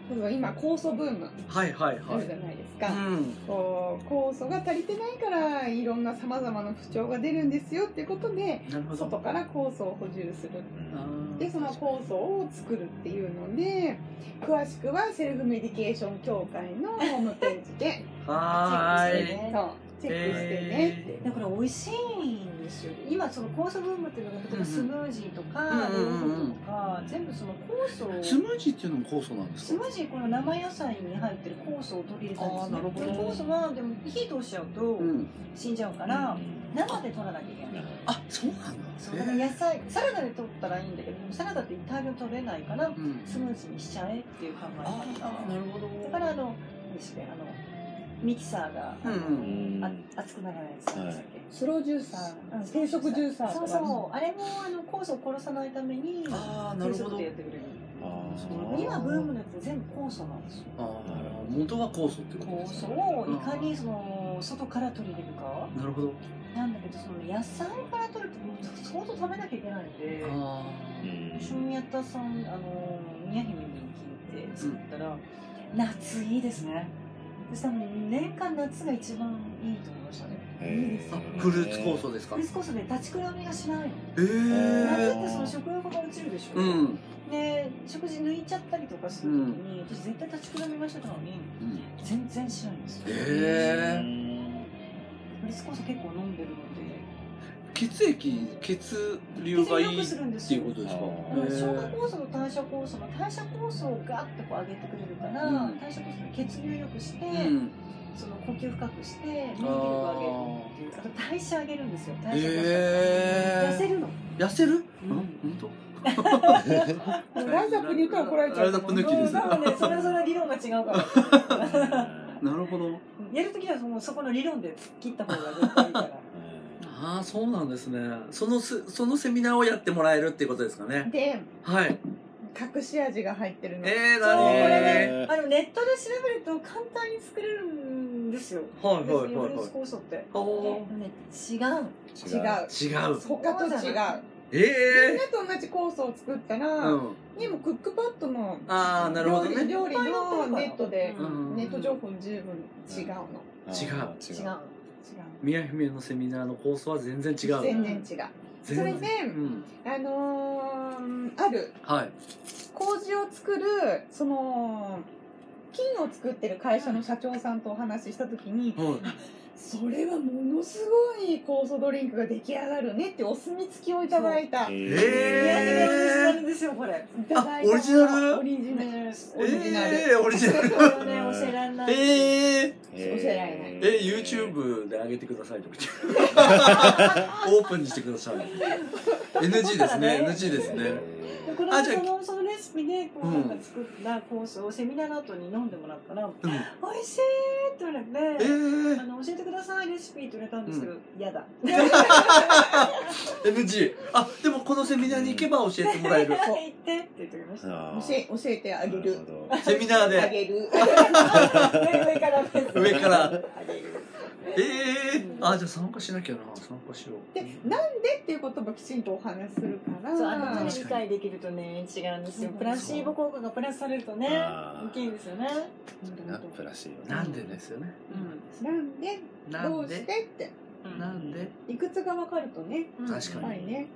[SPEAKER 3] そう今酵素ブーム
[SPEAKER 2] はいはい
[SPEAKER 3] あ
[SPEAKER 2] は
[SPEAKER 3] るじ
[SPEAKER 2] い
[SPEAKER 3] ゃないです
[SPEAKER 2] う
[SPEAKER 3] か、
[SPEAKER 2] ん
[SPEAKER 3] こう酵素が足りてないからいろんなさまざまな不調が出るんですよっていうことで
[SPEAKER 2] なるほ
[SPEAKER 3] 外
[SPEAKER 2] ど
[SPEAKER 3] から酵素を補充する
[SPEAKER 2] あー
[SPEAKER 3] でその酵素を作るっていうので詳しくはセルフメディケーション協会のホームページで
[SPEAKER 2] は
[SPEAKER 1] チェックして
[SPEAKER 2] ーい
[SPEAKER 1] ね
[SPEAKER 3] そうチェックしてねって、
[SPEAKER 1] だから美味しいんですよ今その酵素ブームっていうのが例えばスムージーとかヨ
[SPEAKER 2] うんうん
[SPEAKER 1] ーグルトとか全部その酵素を
[SPEAKER 2] スムージーっていうのも酵素なんです
[SPEAKER 1] スム
[SPEAKER 2] か
[SPEAKER 1] ージーこの生野菜に入ってる酵素を取り入れたんで
[SPEAKER 2] あ
[SPEAKER 1] すね
[SPEAKER 2] ーなるほど
[SPEAKER 1] この酵素はでも火通しちゃうと
[SPEAKER 2] うん
[SPEAKER 1] 死んじゃうから、生で取らなきゃいけない
[SPEAKER 2] あそうなんだ
[SPEAKER 1] そうだから野菜サラダで取ったらいいんだけどサラダって大量取れないから
[SPEAKER 2] うん
[SPEAKER 1] スムージーにしちゃえっていう考え
[SPEAKER 2] あ
[SPEAKER 1] 方
[SPEAKER 2] ーなるほど
[SPEAKER 1] だからあの何でしたっけあのミキサーが、あの
[SPEAKER 2] うん
[SPEAKER 1] あ熱くならないやつなんでしたっけ、
[SPEAKER 3] スロージューサ
[SPEAKER 1] うん
[SPEAKER 3] ー低速ジューサーと
[SPEAKER 1] そ
[SPEAKER 3] か
[SPEAKER 1] うそうあれもあの酵素を殺さないために
[SPEAKER 2] ああな
[SPEAKER 1] 低
[SPEAKER 2] るほ
[SPEAKER 1] 速
[SPEAKER 2] ど
[SPEAKER 1] でやってくれる
[SPEAKER 2] ー
[SPEAKER 1] 今ブームのやつ全部酵素なんですよ
[SPEAKER 2] あー元は酵素ってこと
[SPEAKER 1] 酵
[SPEAKER 2] です
[SPEAKER 1] 素
[SPEAKER 2] ね
[SPEAKER 1] をいかにその外から取り入れるか
[SPEAKER 2] なるほど
[SPEAKER 1] なんだけどその野菜から取るともう相当食べなきゃいけないんで
[SPEAKER 2] あ
[SPEAKER 1] 旬やったさんあの宮姫に聞いて作ったら、夏いいですね私多分年間夏が一番いいと思いましたね
[SPEAKER 2] ーあフルーツ酵素ですか
[SPEAKER 1] クリスコースで立ちくらみがしないの
[SPEAKER 2] え
[SPEAKER 1] 夏
[SPEAKER 2] ー
[SPEAKER 1] ってその食欲が落ちるでしょ、
[SPEAKER 2] うん
[SPEAKER 1] で食事抜いちゃったりとかするときに、私絶対立ちくらみがしてたのに全然しないんですよ
[SPEAKER 2] えー
[SPEAKER 1] クリスコース結構飲んでるので
[SPEAKER 2] 血液血流がいい
[SPEAKER 1] す
[SPEAKER 2] っ
[SPEAKER 1] るんです
[SPEAKER 2] てい
[SPEAKER 1] よ
[SPEAKER 2] うことですか
[SPEAKER 4] あ
[SPEAKER 1] うん
[SPEAKER 4] ー
[SPEAKER 1] 消化酵素と代謝酵素の代謝酵素をガッとこう上げてくれるから、
[SPEAKER 2] うん
[SPEAKER 1] 代謝酵素の血流良くして、
[SPEAKER 2] うん
[SPEAKER 1] その呼吸深くして免疫
[SPEAKER 2] あ
[SPEAKER 1] 力を
[SPEAKER 2] ー
[SPEAKER 1] 上げるあと代謝上げるんですよ代謝酵素、
[SPEAKER 2] へ
[SPEAKER 1] 痩せ
[SPEAKER 2] え
[SPEAKER 1] るの
[SPEAKER 2] 痩せる
[SPEAKER 1] うん
[SPEAKER 2] 本当
[SPEAKER 3] もうライザップに言ったら怒られちゃう
[SPEAKER 2] ライザップ抜き
[SPEAKER 1] う
[SPEAKER 2] で
[SPEAKER 1] ん
[SPEAKER 2] す
[SPEAKER 1] 多分ねそれぞれ理論が違うから
[SPEAKER 2] なるほど
[SPEAKER 1] やるときはもうそこの理論で突っ切った方が絶対い いから
[SPEAKER 2] ああそうなんですねそのすそのセミナーをやってもらえるっていうことですかね
[SPEAKER 3] で
[SPEAKER 2] はい
[SPEAKER 3] 隠し味が入ってるの
[SPEAKER 2] えー、
[SPEAKER 1] そうこ
[SPEAKER 2] な
[SPEAKER 1] れねあのネットで調べると簡単に作れるんですよ
[SPEAKER 2] はい
[SPEAKER 1] フル
[SPEAKER 2] はいはい
[SPEAKER 1] ー
[SPEAKER 2] は
[SPEAKER 1] ツ酵素って、
[SPEAKER 2] いお
[SPEAKER 1] ね、違う
[SPEAKER 3] 違う
[SPEAKER 2] ー違う
[SPEAKER 3] 他と違うみん
[SPEAKER 2] ええ
[SPEAKER 3] なと同じコースを作ったら、
[SPEAKER 2] うん。
[SPEAKER 3] にもクックパッドの
[SPEAKER 2] ああ、なるほ
[SPEAKER 3] 料
[SPEAKER 2] ど
[SPEAKER 3] 理,、
[SPEAKER 2] ね。
[SPEAKER 3] 料理のネットで
[SPEAKER 1] う、
[SPEAKER 2] ん
[SPEAKER 3] ネット情報十分違うの。
[SPEAKER 4] あ
[SPEAKER 2] 違う
[SPEAKER 4] ー
[SPEAKER 1] 違
[SPEAKER 4] 違
[SPEAKER 1] う
[SPEAKER 4] う。
[SPEAKER 3] 違
[SPEAKER 2] 宮姫のセミナーの放送は全然違
[SPEAKER 3] う。
[SPEAKER 2] う。
[SPEAKER 3] 全然違う。それ
[SPEAKER 2] 全
[SPEAKER 3] で
[SPEAKER 2] 然。、うん。
[SPEAKER 3] あのーある
[SPEAKER 2] はい。
[SPEAKER 3] 麹を作る、その、金を作ってる会社の社長さんとお話ししたときに、
[SPEAKER 2] はい。
[SPEAKER 3] それはものすごい酵素ドリンクが出来上がるねってお墨付きをいただいた。い
[SPEAKER 2] え
[SPEAKER 1] 宮
[SPEAKER 2] ー
[SPEAKER 1] 城のオリジナルですよこれ
[SPEAKER 3] ただい
[SPEAKER 2] あオリジナル
[SPEAKER 3] オリジナル。オリジナル。
[SPEAKER 2] ええオリジナル。
[SPEAKER 1] これをね教えられな い
[SPEAKER 2] ええ
[SPEAKER 4] え
[SPEAKER 3] お世話になります
[SPEAKER 2] え、YouTube で上げてくださいとか 言ってオープンにしてください。NG ですね、NG ですね。
[SPEAKER 1] でこれ
[SPEAKER 2] あ
[SPEAKER 1] は
[SPEAKER 2] じゃあ
[SPEAKER 1] そのそのレシピでこう
[SPEAKER 2] う
[SPEAKER 1] なんんか作ったコースをセミナーの後に飲んでもらったら、
[SPEAKER 2] うん
[SPEAKER 1] 美味しいって言われ
[SPEAKER 2] え
[SPEAKER 1] て、あの教えてくださいレシピって言われたんですけど、嫌だ
[SPEAKER 2] え NG。あ、でもこのセミナーに行けば教えてもらえる。
[SPEAKER 1] 行ってって言ってくれました
[SPEAKER 4] あ
[SPEAKER 3] 教
[SPEAKER 4] ー
[SPEAKER 3] え教えてあげる。
[SPEAKER 4] な
[SPEAKER 2] セミナー
[SPEAKER 3] あ
[SPEAKER 2] で。
[SPEAKER 3] げる。
[SPEAKER 1] 上上からです
[SPEAKER 2] 上から
[SPEAKER 1] あげる
[SPEAKER 2] ええあ、じゃあ参加しなきゃな。参加しよう。
[SPEAKER 3] で、なんでっていう言葉をきちんとお話しするから。
[SPEAKER 1] そうあの
[SPEAKER 2] 確か
[SPEAKER 1] これ
[SPEAKER 2] に
[SPEAKER 1] 理解できるとね違うんですよ
[SPEAKER 3] うん
[SPEAKER 1] プラシーボ効果がプラスされるとね
[SPEAKER 4] あー
[SPEAKER 1] 大きいんですよね
[SPEAKER 4] んプラシーボ
[SPEAKER 2] なんでですよね。
[SPEAKER 1] う
[SPEAKER 3] なんで
[SPEAKER 2] な
[SPEAKER 3] ど
[SPEAKER 2] ん
[SPEAKER 3] うして
[SPEAKER 2] で
[SPEAKER 3] って
[SPEAKER 1] ん
[SPEAKER 2] なんで
[SPEAKER 3] いくつが分かるとね
[SPEAKER 1] うん
[SPEAKER 2] 確か
[SPEAKER 3] やっ
[SPEAKER 2] に
[SPEAKER 3] ぱりね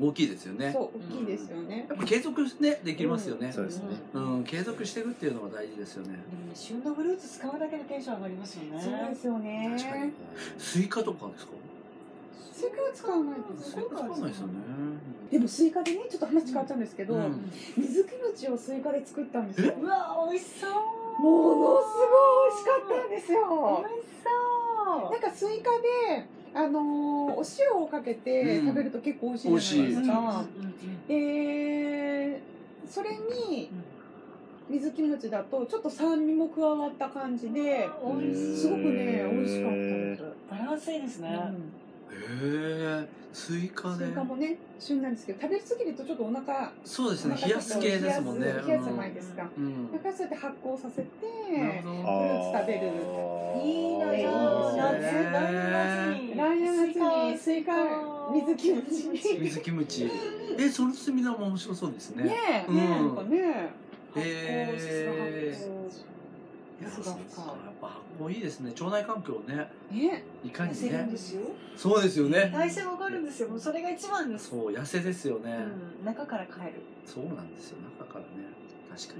[SPEAKER 2] 大きいですよね。
[SPEAKER 3] そう大きいですよね
[SPEAKER 2] やっぱ継続ね、できますよね
[SPEAKER 4] そ。うですね
[SPEAKER 2] うん、継続していくっていうのが大事ですよね。
[SPEAKER 1] でもね旬のフルーツ使うだけでテンション上がりますよね
[SPEAKER 3] そうですよね
[SPEAKER 2] 確かにスイカとかですか
[SPEAKER 3] スイカは使わないです
[SPEAKER 2] スイカ使わないですよね。
[SPEAKER 3] でもスイカでねちょっと話変わっちゃうんですけど、
[SPEAKER 2] うん
[SPEAKER 3] 水キムチをスイカで作ったんですよ
[SPEAKER 1] うわ美味しそう
[SPEAKER 3] ものすごい美味しかったんですよ
[SPEAKER 1] 美味しそ
[SPEAKER 3] なんかスイカであのーお塩をかけて
[SPEAKER 2] うん
[SPEAKER 3] 食べると結構美味しいじゃないですか、
[SPEAKER 1] ううん
[SPEAKER 3] でそれに水キムチだとちょっと酸味も加わった感じで
[SPEAKER 1] 美味しい
[SPEAKER 3] すごくね美味しかったです、
[SPEAKER 1] バランスいいですね、
[SPEAKER 3] うん
[SPEAKER 2] へえスイカ
[SPEAKER 3] スイ
[SPEAKER 2] ね
[SPEAKER 3] カもね旬なんですけど食べ過ぎるとちょっとお腹
[SPEAKER 2] そうですね
[SPEAKER 3] お腹
[SPEAKER 2] 冷やす系ですもんね
[SPEAKER 3] 冷やす冷やすじゃないですか、
[SPEAKER 2] うんうん
[SPEAKER 3] だからそうやって発酵させて
[SPEAKER 2] なるほ
[SPEAKER 4] フ
[SPEAKER 3] フ
[SPEAKER 2] ど
[SPEAKER 3] ルーツ食べる
[SPEAKER 1] いいのよ
[SPEAKER 3] え
[SPEAKER 1] 夏
[SPEAKER 3] ー
[SPEAKER 1] 来年夏に
[SPEAKER 3] 来年夏にスイカ水キムチに
[SPEAKER 2] 水キムチえそのセミナーも面白そうですね
[SPEAKER 3] ねえ、
[SPEAKER 2] うん
[SPEAKER 3] なんかね
[SPEAKER 2] え
[SPEAKER 1] 発酵す
[SPEAKER 2] いや
[SPEAKER 1] そ
[SPEAKER 2] そううか
[SPEAKER 1] か
[SPEAKER 2] やっぱ発酵いいですね腸内環境をね
[SPEAKER 3] ね
[SPEAKER 2] いかに
[SPEAKER 1] る発酵痩せる
[SPEAKER 2] ね
[SPEAKER 1] んですよ
[SPEAKER 2] そうですよね
[SPEAKER 1] 代謝わかるんですよもうそれが一番です
[SPEAKER 2] そう痩せですよね、
[SPEAKER 1] うん中から変える
[SPEAKER 2] そうなんですよ中からね確か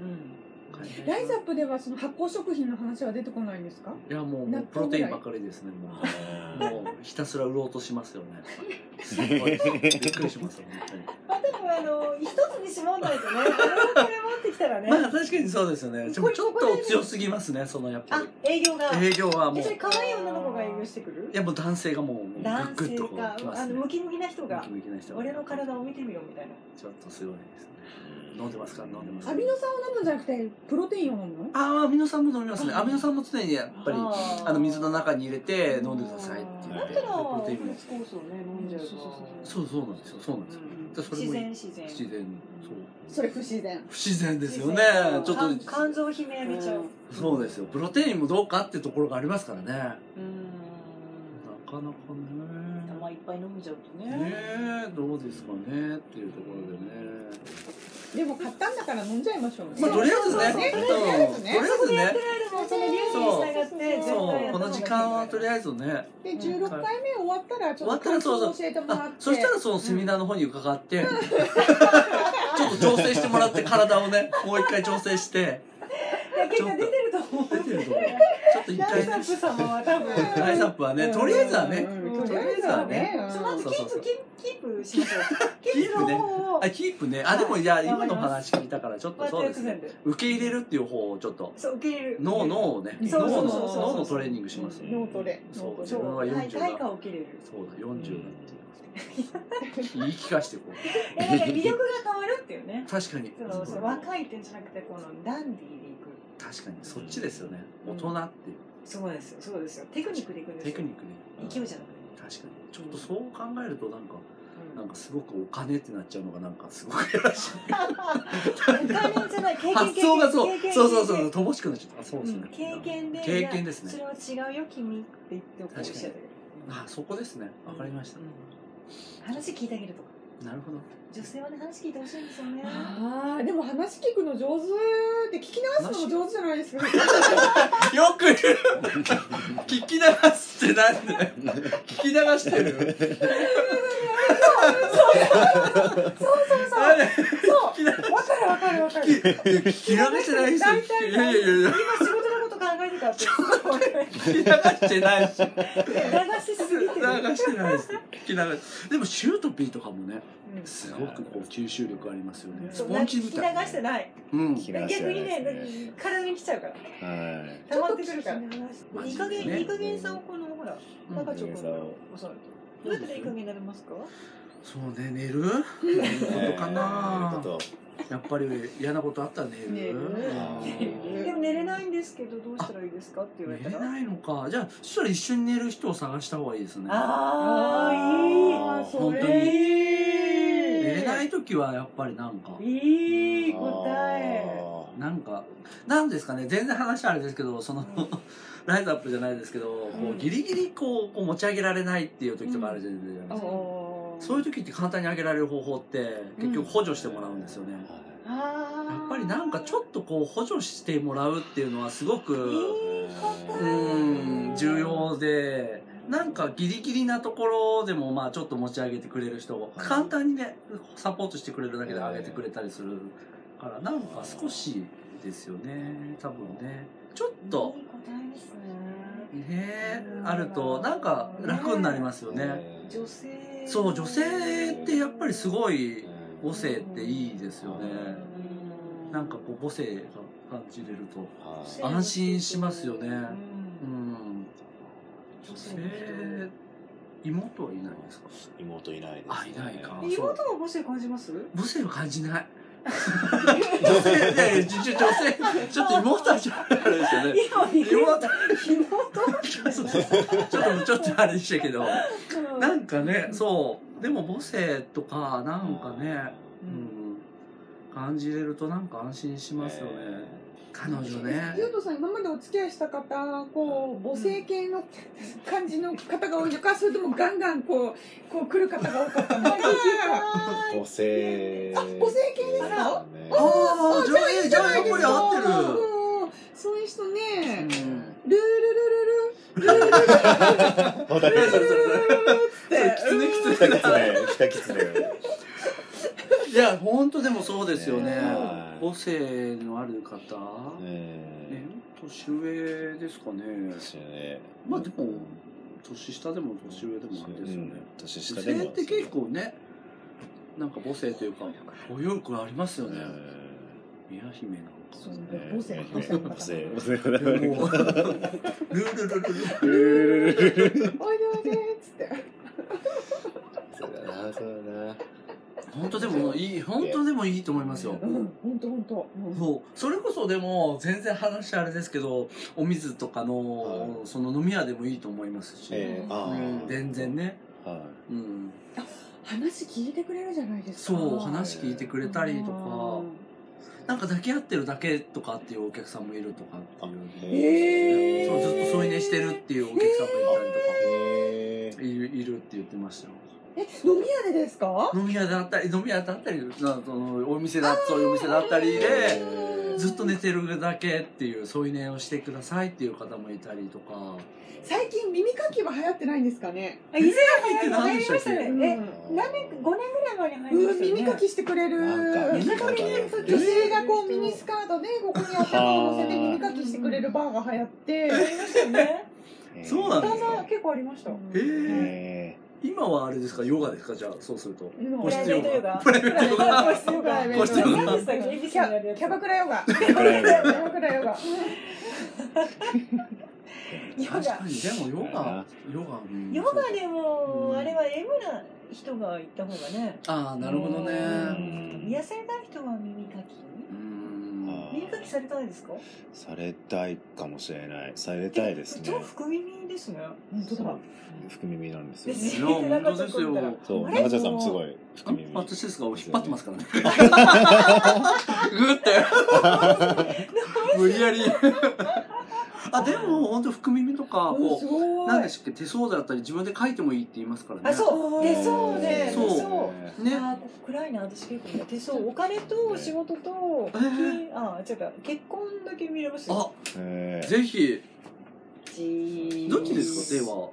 [SPEAKER 2] に、
[SPEAKER 3] ライザップではその発酵食品の話は出てこないんですか
[SPEAKER 2] いやもうもう
[SPEAKER 3] 納豆
[SPEAKER 2] プロテインばっかりですねもうもうひたすら売ろうとしますよね。 すごいびっくりしますよ本当に。
[SPEAKER 1] まあでもあの一つに絞んない とねあれこれ持ってきたらね
[SPEAKER 2] まあ確かにそうですよね。でもちょっと強すぎますねそのやっぱ
[SPEAKER 1] あ
[SPEAKER 2] り。
[SPEAKER 1] 営業が
[SPEAKER 2] 営業はもう
[SPEAKER 1] えそれ
[SPEAKER 2] い
[SPEAKER 1] 可愛い女の子が営業してくる
[SPEAKER 2] やもう男性がもうもうグッ
[SPEAKER 1] 男
[SPEAKER 2] グッ
[SPEAKER 1] 性
[SPEAKER 2] とこ
[SPEAKER 1] か
[SPEAKER 2] うきま
[SPEAKER 1] あ
[SPEAKER 2] すね
[SPEAKER 1] の。ムキムキな人が
[SPEAKER 2] ムキムキな人が
[SPEAKER 1] 俺の体を見てみろみたいな
[SPEAKER 2] ちょっとすごいですね。飲んでますか飲んでますか。
[SPEAKER 3] アミノ酸を飲むんじゃなくてプロテインを飲むの
[SPEAKER 2] ああアミノ酸も飲みますね。アミノ酸も常にやっぱり
[SPEAKER 1] あー
[SPEAKER 2] あの水の中に入れて飲んでくださいって言
[SPEAKER 1] だ
[SPEAKER 2] っ。
[SPEAKER 1] ってた
[SPEAKER 2] で
[SPEAKER 1] ら
[SPEAKER 2] プ
[SPEAKER 1] フ
[SPEAKER 2] ロテイ
[SPEAKER 1] ル
[SPEAKER 2] ンも
[SPEAKER 1] ーツコースをね飲んじゃえば
[SPEAKER 3] そうそうそうそう
[SPEAKER 2] そうそうなんですよそうなんですよ。だからそれ
[SPEAKER 1] 自
[SPEAKER 2] もい
[SPEAKER 1] 然
[SPEAKER 2] い
[SPEAKER 1] 自然
[SPEAKER 2] 自然そう
[SPEAKER 3] それ不自然
[SPEAKER 2] 不自然ですよね
[SPEAKER 1] 自然。
[SPEAKER 2] ちょっと
[SPEAKER 1] か肝臓ひめびちゃう
[SPEAKER 2] そうですよ。プロテインもどうかってところがありますからね。なか
[SPEAKER 1] うーん
[SPEAKER 2] なかね。
[SPEAKER 1] 玉いっぱい飲んじゃうとね
[SPEAKER 2] ねえ、どうですかねっていうところでね。
[SPEAKER 3] でも買ったんだから飲んじゃいましょうね
[SPEAKER 2] まあ、とりあえずね。
[SPEAKER 3] そうそうそうとりあえずね
[SPEAKER 2] うんとりあえずね。
[SPEAKER 1] でもその流儀に従って絶対
[SPEAKER 2] そ
[SPEAKER 1] や
[SPEAKER 2] う、こ
[SPEAKER 1] った方が
[SPEAKER 2] の
[SPEAKER 1] いい
[SPEAKER 2] 時間はとりあえずね。
[SPEAKER 3] で16回目終わったらちょっと感想を教えてもらっ
[SPEAKER 2] あ
[SPEAKER 3] て、
[SPEAKER 2] そしたらそのセミナーの方に伺って、ちょっと調整してもらって体をね、もう一回調整して、
[SPEAKER 1] いや結果出てると思
[SPEAKER 2] 出
[SPEAKER 1] う
[SPEAKER 2] てると思う。ちょっと一
[SPEAKER 1] ライ
[SPEAKER 2] 回
[SPEAKER 1] ザッ
[SPEAKER 2] ね
[SPEAKER 1] プ。様は多分
[SPEAKER 2] ライザップはね、とりあえずはね、
[SPEAKER 3] うん
[SPEAKER 1] うん
[SPEAKER 3] とりあえずはね
[SPEAKER 1] その後キー
[SPEAKER 2] そうそうそう
[SPEAKER 1] プキープキープしましょうキ
[SPEAKER 2] キ
[SPEAKER 1] ー
[SPEAKER 2] ー
[SPEAKER 1] プ
[SPEAKER 2] プ
[SPEAKER 1] の
[SPEAKER 2] ね。
[SPEAKER 1] 方を
[SPEAKER 2] あ、キープね。あ、でもじゃあ今の話聞いたからちょっと
[SPEAKER 1] また
[SPEAKER 2] そうで
[SPEAKER 1] 薬
[SPEAKER 2] すね
[SPEAKER 1] 膳。で
[SPEAKER 2] 受け入れるっていう方をちょっと
[SPEAKER 1] そう受け入れる
[SPEAKER 2] 脳脳をね
[SPEAKER 3] うん
[SPEAKER 2] 脳
[SPEAKER 1] そうそ
[SPEAKER 2] の
[SPEAKER 1] うそうそう
[SPEAKER 2] 脳のトレーニングしますよ
[SPEAKER 3] ノートで
[SPEAKER 2] そう
[SPEAKER 3] ノー
[SPEAKER 2] 自
[SPEAKER 3] トで
[SPEAKER 2] 分は
[SPEAKER 1] そう対
[SPEAKER 2] 40だ
[SPEAKER 1] 対価を受け入 れる
[SPEAKER 2] そうだ40だって言い聞かしてこう
[SPEAKER 1] いやなんか魅力が変わるっていうね
[SPEAKER 2] 確かに
[SPEAKER 1] そのその若いっていうんじゃなくてこのダンディーでいく
[SPEAKER 2] 確かにそっちですよね
[SPEAKER 1] うん
[SPEAKER 2] 大人っていう
[SPEAKER 1] そうですよそうですよテクニックでいくんです
[SPEAKER 2] テ
[SPEAKER 1] よ
[SPEAKER 2] クニックね
[SPEAKER 1] 勢いじゃなくて
[SPEAKER 2] 確かにちょっとそう考えるとなんか
[SPEAKER 1] うん
[SPEAKER 2] なんかすごくお金ってなっちゃうのがなんかすごくやらしい
[SPEAKER 1] お金じゃない経験
[SPEAKER 2] 発想がそう
[SPEAKER 1] 経験
[SPEAKER 2] そうそう
[SPEAKER 1] 経
[SPEAKER 2] そう
[SPEAKER 1] 験
[SPEAKER 2] 乏しくなっちゃったあそうですね
[SPEAKER 1] 経験で
[SPEAKER 2] 経験です
[SPEAKER 1] い
[SPEAKER 2] ね
[SPEAKER 1] やそれは違うよ君って言っておこうおっしゃる
[SPEAKER 2] あそこですねわかりました
[SPEAKER 1] うん話聞いてあげるとか
[SPEAKER 2] なるほど。
[SPEAKER 1] 女性はね話聞いてほしいんですよね
[SPEAKER 3] ああでも話聞くの上手って聞き流すのも上手じゃないですか
[SPEAKER 2] よく言う聞き流すってなんで聞き流してる
[SPEAKER 3] そうそうそう
[SPEAKER 2] あれ
[SPEAKER 3] そ
[SPEAKER 2] 聞き流
[SPEAKER 3] うわかるわかるわかる
[SPEAKER 2] 聞きいや聞き流してないし。
[SPEAKER 1] 大体
[SPEAKER 2] いやいやいや
[SPEAKER 1] 今仕事のこと考えてたって
[SPEAKER 2] 聞き流してな いし。
[SPEAKER 1] 流しすぎてる
[SPEAKER 2] 流してないし。聞き流し。でもシュートピーとかもね、
[SPEAKER 1] うん
[SPEAKER 2] すごくこう吸収力ありますよね。ス
[SPEAKER 1] そん
[SPEAKER 2] ポ
[SPEAKER 1] な
[SPEAKER 2] ン
[SPEAKER 1] 聞
[SPEAKER 2] ジ
[SPEAKER 1] き
[SPEAKER 2] み
[SPEAKER 1] 流
[SPEAKER 2] たい。
[SPEAKER 1] してない
[SPEAKER 2] うん。
[SPEAKER 4] 聞き流して
[SPEAKER 1] 逆
[SPEAKER 4] ない
[SPEAKER 1] にね
[SPEAKER 4] ですね
[SPEAKER 1] 体に来ちゃうから
[SPEAKER 4] はい
[SPEAKER 1] 溜まってくるから
[SPEAKER 3] ちょっと聞き流し
[SPEAKER 2] マ
[SPEAKER 1] いい
[SPEAKER 2] ジ
[SPEAKER 1] 加
[SPEAKER 2] でね
[SPEAKER 1] 減、いい加減さんこのほら
[SPEAKER 2] うん
[SPEAKER 1] 中ちょ
[SPEAKER 4] いい加減
[SPEAKER 1] こ
[SPEAKER 4] さんを
[SPEAKER 1] のさどうやっていい加減になりますか
[SPEAKER 2] そうね、寝ることか
[SPEAKER 4] えー
[SPEAKER 2] な
[SPEAKER 4] こと
[SPEAKER 2] やっぱり嫌なことあったら寝る。
[SPEAKER 3] 寝る
[SPEAKER 2] うん
[SPEAKER 1] でも寝れないんですけどどうしたらいいですかって言われ
[SPEAKER 2] 寝
[SPEAKER 1] た
[SPEAKER 2] れ
[SPEAKER 1] ら
[SPEAKER 2] ないのか。じゃあ、そしたら一緒に寝る人を探した方がいいですね。
[SPEAKER 4] あ
[SPEAKER 1] あ
[SPEAKER 3] あー
[SPEAKER 4] ー
[SPEAKER 3] そ
[SPEAKER 2] 本当に
[SPEAKER 3] れ
[SPEAKER 2] 寝
[SPEAKER 3] い
[SPEAKER 2] れない時はやっぱりなんか
[SPEAKER 1] ー、いいいい答え
[SPEAKER 4] あ
[SPEAKER 2] なんか、なんですかね、全然話あれですけど、その、ライズアップじゃないですけど、こ
[SPEAKER 1] うん
[SPEAKER 2] うギリギリこうこう持ち上げられないっていう時とかあるじゃないですか。そういう
[SPEAKER 1] 時
[SPEAKER 2] 時って簡単に上げられる方法って結局補助してもらうんですよね。
[SPEAKER 4] ー
[SPEAKER 3] あー
[SPEAKER 2] やっぱりなんかちょっとこう補助してもらうっていうのはすごく、
[SPEAKER 1] いい
[SPEAKER 2] う
[SPEAKER 1] 答
[SPEAKER 2] ん、重要で、なんかギリギリなところでもまあちょっと持ち上げてくれる人を
[SPEAKER 4] はい
[SPEAKER 2] 簡単にね、サポートしてくれるだけで上げてくれたりするから、なんか少しですよね、多分ね。ちょっ
[SPEAKER 1] え
[SPEAKER 2] と
[SPEAKER 1] いい答えです
[SPEAKER 2] ね、
[SPEAKER 1] ね
[SPEAKER 2] あるとなんか楽になりますよね。
[SPEAKER 4] えー
[SPEAKER 1] 女性
[SPEAKER 2] そう、女性ってやっぱりすごい
[SPEAKER 4] え
[SPEAKER 2] 母
[SPEAKER 4] ー
[SPEAKER 2] 性っていいですよね。なんかこう母性が感じれると。
[SPEAKER 4] は
[SPEAKER 1] 女
[SPEAKER 4] い
[SPEAKER 1] 性
[SPEAKER 2] 安心しますよね
[SPEAKER 1] うん
[SPEAKER 2] うん。女性、妹はいないですか
[SPEAKER 4] 妹いないです、ね。
[SPEAKER 2] あいないか
[SPEAKER 1] え妹の母性感じます
[SPEAKER 2] 母性は感じない。女性で、ちょちょ女性、ちょっと妹はちょっとあれですよね。
[SPEAKER 1] 今 びっくりした妹
[SPEAKER 2] ちょっと、ちょっとあれでしたけど。なんかね、そう。でも母性とか、なんかね、うん。感じれるとなんか安心しますよね。彼女ね。
[SPEAKER 3] ゆうとさん今までお付き合いした方こう母性系の感じの方が多いのかそれともガンガンこうこう来る方が多 かったのか
[SPEAKER 4] 母性。
[SPEAKER 3] あ母性系ですか
[SPEAKER 4] ね
[SPEAKER 2] ああ、じゃあ、えじゃあ、やっぱり合って
[SPEAKER 3] うんそういう人ね
[SPEAKER 2] る。うん
[SPEAKER 3] ルールルルルルルールルルルルル
[SPEAKER 4] ホタテ
[SPEAKER 2] そうそ
[SPEAKER 3] っ
[SPEAKER 2] うそう
[SPEAKER 3] て
[SPEAKER 2] それきつねきつ
[SPEAKER 4] 北
[SPEAKER 2] ね
[SPEAKER 4] キツネ、北キツネ。
[SPEAKER 2] いや本当でもそうですよね
[SPEAKER 4] ね
[SPEAKER 2] 母性のある方、ね
[SPEAKER 4] え、
[SPEAKER 2] 年上ですかね
[SPEAKER 4] ーですよね。
[SPEAKER 2] まあでも年下でも年上でもあれですよね、
[SPEAKER 4] 年
[SPEAKER 2] 女
[SPEAKER 4] 下でも。
[SPEAKER 2] 性って結構ねなんか母性というかお洋服ありますよ
[SPEAKER 4] う
[SPEAKER 2] ね
[SPEAKER 4] ん
[SPEAKER 2] 宮姫なんか
[SPEAKER 3] そうね
[SPEAKER 4] ね
[SPEAKER 3] 母性の話だったか
[SPEAKER 4] 母性。
[SPEAKER 3] ら
[SPEAKER 4] 母性の話
[SPEAKER 2] もう ルルルルル
[SPEAKER 3] おいでおいでっつって
[SPEAKER 4] そうだな、そうだな。
[SPEAKER 2] 本当でもいい本当でもいいと思いますよ
[SPEAKER 3] うん本当本当
[SPEAKER 2] そうそれこそでも全然話あれですけどお水とかの、
[SPEAKER 4] はい
[SPEAKER 2] その飲み屋でもいいと思いますし、
[SPEAKER 4] えー、あ
[SPEAKER 2] うん
[SPEAKER 4] あ。
[SPEAKER 2] 全然。ね、
[SPEAKER 4] は
[SPEAKER 2] うん、
[SPEAKER 3] 話聞いてくれるじゃないですか
[SPEAKER 2] そう話聞いてくれたりとかなんか抱き合ってるだけとかっていうお客さんもいるとかって
[SPEAKER 4] い。
[SPEAKER 2] い
[SPEAKER 3] えー
[SPEAKER 2] う、そうずっと添い寝してるっていうお客さんもいたりとか、
[SPEAKER 4] へー
[SPEAKER 2] いるいるって言ってましたよ
[SPEAKER 3] え飲み屋でですか
[SPEAKER 2] 飲み屋だったり飲み屋だったりなそのお店だそういうお店だったりで
[SPEAKER 4] えー
[SPEAKER 2] ずっと寝てるだけっていう添い寝をしてくださいっていう方もいたりとか
[SPEAKER 3] 最近耳かきは流行ってないんですかね
[SPEAKER 1] あ以前
[SPEAKER 2] って
[SPEAKER 1] は
[SPEAKER 2] 何
[SPEAKER 1] 流行
[SPEAKER 2] でし
[SPEAKER 1] り
[SPEAKER 2] た
[SPEAKER 1] ま
[SPEAKER 2] っけ
[SPEAKER 1] したねえ何年か5年ぐらい前に入りま
[SPEAKER 3] うん
[SPEAKER 1] したよね
[SPEAKER 3] 耳かきしてくれる
[SPEAKER 4] なんか
[SPEAKER 1] 耳かき耳かき
[SPEAKER 3] 女性がこうミニスカートでここに頭を乗せて耳かきしてくれるバーが流行って
[SPEAKER 1] ありましたよね
[SPEAKER 2] そうなんです
[SPEAKER 1] 旦
[SPEAKER 2] か
[SPEAKER 1] 那結構ありました
[SPEAKER 2] えー、
[SPEAKER 4] え
[SPEAKER 2] 今はあれですかヨガですかじゃあそうすると
[SPEAKER 3] うん
[SPEAKER 2] 個室ヨガプ
[SPEAKER 1] プ
[SPEAKER 2] ライベートヨガ
[SPEAKER 1] 個室ヨガ
[SPEAKER 2] 個室ヨガ
[SPEAKER 1] 何でしたっけ恵比寿に
[SPEAKER 3] キ
[SPEAKER 1] あるや
[SPEAKER 3] ャ
[SPEAKER 1] つ
[SPEAKER 3] キャバクラヨガキ
[SPEAKER 4] ャバクラヨガ
[SPEAKER 3] ャバクラヨガ
[SPEAKER 1] ヨ
[SPEAKER 2] 確
[SPEAKER 1] ガ
[SPEAKER 2] かにでも ヨガヨガ、うん
[SPEAKER 1] ヨガでも
[SPEAKER 2] うん
[SPEAKER 1] あれはエムな人が行った方がね
[SPEAKER 2] ああなるほどね
[SPEAKER 4] うん
[SPEAKER 1] 癒されたい人は耳かき
[SPEAKER 2] うん
[SPEAKER 4] あ
[SPEAKER 1] 耳かきされたいですか
[SPEAKER 4] されたいかもしれない。されたいですね
[SPEAKER 1] 超。福耳ですね
[SPEAKER 3] 本当だ
[SPEAKER 4] 福耳なんですよ、
[SPEAKER 1] です
[SPEAKER 2] い
[SPEAKER 4] ね。
[SPEAKER 2] や本当ですよ
[SPEAKER 4] そう、
[SPEAKER 1] あれ
[SPEAKER 4] 中田さんもすごい福耳。
[SPEAKER 2] 私ですが引っ張ってますからねグ ーって無理やりあ、でも、本当福耳とか、
[SPEAKER 3] うん
[SPEAKER 2] こ
[SPEAKER 3] すご
[SPEAKER 2] う、
[SPEAKER 3] い
[SPEAKER 2] 何でしたっけ、手相だったり、自分で書いてもいいって言いますからね。
[SPEAKER 1] あそう手相ね
[SPEAKER 2] そう
[SPEAKER 1] 手
[SPEAKER 2] う。ね。
[SPEAKER 1] 相あーここ暗いな私結構ね手相お金と仕事と、
[SPEAKER 2] え
[SPEAKER 1] え
[SPEAKER 2] ー
[SPEAKER 1] あー違うか結婚だけ見れますよ
[SPEAKER 2] あ、
[SPEAKER 4] え
[SPEAKER 2] ぜひ。
[SPEAKER 1] じ
[SPEAKER 2] どっちですか、手は。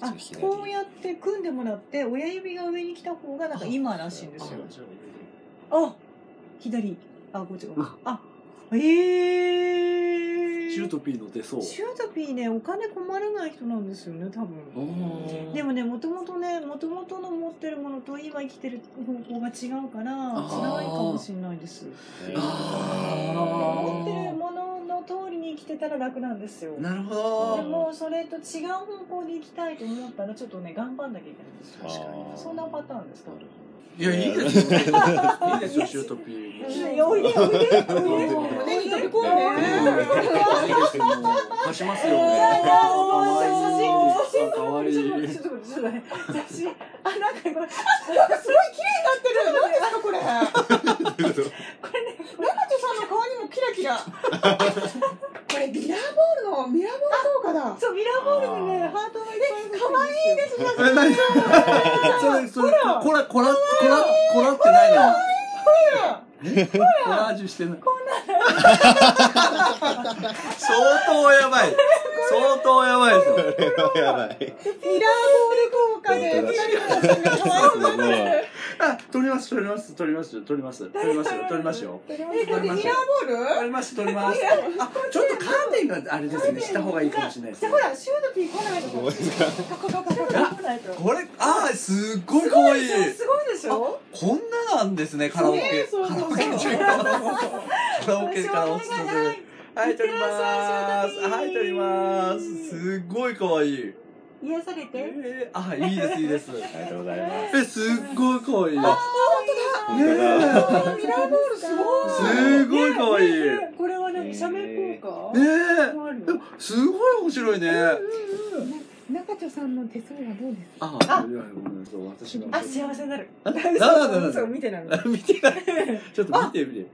[SPEAKER 1] あ
[SPEAKER 4] ぜひね
[SPEAKER 1] こうやって組んでもらって親指が上に来た方がなんか今らしいんですよあ左あこっちがあえー、
[SPEAKER 2] シュートピーの手相。
[SPEAKER 1] シュートピーねお金困らない人なんですよね多
[SPEAKER 2] お
[SPEAKER 1] 分
[SPEAKER 2] ー
[SPEAKER 1] でもねもともとねもともとの持ってるものと今生きてる方向が違うから
[SPEAKER 2] あー
[SPEAKER 1] 違いかもしれないです
[SPEAKER 4] え
[SPEAKER 2] あー
[SPEAKER 1] 持ってるものの通りに生きてたら楽なんですよ
[SPEAKER 2] なるほ
[SPEAKER 1] で
[SPEAKER 2] ど。
[SPEAKER 1] もそれと違う方向で行きたいと思ったらちょっとね頑張んなきゃいけないんですよ
[SPEAKER 4] あー
[SPEAKER 1] そんなパターンですか
[SPEAKER 2] いや、いいですよ。いいですよ、
[SPEAKER 1] いや
[SPEAKER 2] シュートピーも。
[SPEAKER 1] いやおいでおいでお
[SPEAKER 3] もう
[SPEAKER 1] いで
[SPEAKER 3] 胸に飛び込
[SPEAKER 4] うん
[SPEAKER 3] でね
[SPEAKER 2] いいですよ、もう。貸しますよね。
[SPEAKER 1] えーじゃあ
[SPEAKER 2] かわい
[SPEAKER 1] 写
[SPEAKER 2] い。
[SPEAKER 1] 真
[SPEAKER 2] かわい
[SPEAKER 1] ちょっと待っ
[SPEAKER 2] い
[SPEAKER 1] て。ちょっと待ってちょっと待って写真あなんかこれ
[SPEAKER 3] なんかすごい綺麗になってる何ですかこれ中地
[SPEAKER 1] これね
[SPEAKER 3] さんの顔にもキラキラこれミラーボールのミラーボール効果だ
[SPEAKER 1] そうミラーボールにね
[SPEAKER 4] あー
[SPEAKER 1] ハートがいっぱい可愛いですよ
[SPEAKER 2] え、なにそれ、それ、コラ、コラ、コラ、コラってないのコラージュしてない。相当やばい。相当やばいですよ。
[SPEAKER 4] これはやばい。
[SPEAKER 3] ミラーボール効果で
[SPEAKER 4] 本当だ
[SPEAKER 3] 二人の写真が可愛くなってる
[SPEAKER 2] あ、撮ります、撮ります、撮ります、撮ります、撮りますよ、撮りますよ。
[SPEAKER 3] えこれミラーボ
[SPEAKER 2] 撮
[SPEAKER 3] ール
[SPEAKER 2] ります、撮り ます。あ、ちょっとカーテンがあれですね、した方がいいかもしれないですね
[SPEAKER 1] ほ。らシュートピー来ないと
[SPEAKER 4] どう
[SPEAKER 1] こ
[SPEAKER 4] ですか
[SPEAKER 1] ここここ来ないと
[SPEAKER 2] これ、あー、すっごい可愛い。
[SPEAKER 1] すごいでしょ
[SPEAKER 2] こんななんですね、カラオケ。
[SPEAKER 3] ねそう
[SPEAKER 2] カ
[SPEAKER 3] そうそ
[SPEAKER 2] ラオ
[SPEAKER 3] う
[SPEAKER 2] ケ中カラオケ、
[SPEAKER 1] しょう
[SPEAKER 2] カ
[SPEAKER 1] が
[SPEAKER 2] ラオ
[SPEAKER 1] な
[SPEAKER 2] ケ。
[SPEAKER 1] いない
[SPEAKER 2] はい、撮りま
[SPEAKER 1] いってらっしゃいショー
[SPEAKER 2] す。
[SPEAKER 1] トピー
[SPEAKER 2] はい、撮ります。すっごい可愛い。
[SPEAKER 1] 癒されて
[SPEAKER 2] えー、あ、いいです、いいです。
[SPEAKER 4] ありがとうございます。
[SPEAKER 2] え、すっごい可愛い。
[SPEAKER 4] 本
[SPEAKER 2] ね
[SPEAKER 4] 当だ。
[SPEAKER 3] あミラーボールすごい
[SPEAKER 2] すごい可愛い。ね
[SPEAKER 1] これはね、写メ効果
[SPEAKER 2] え
[SPEAKER 1] もあるよ
[SPEAKER 2] でもすごい面白いね。
[SPEAKER 3] 中地さんの手相はどうです
[SPEAKER 2] あ、
[SPEAKER 1] あ
[SPEAKER 2] いやごめんそう私が。
[SPEAKER 1] あ、幸せになる。
[SPEAKER 2] あなん
[SPEAKER 1] 嘘
[SPEAKER 2] だなんだ
[SPEAKER 1] 嘘嘘見てないの。
[SPEAKER 2] あ 見てない。ちょっと見て見て。
[SPEAKER 3] か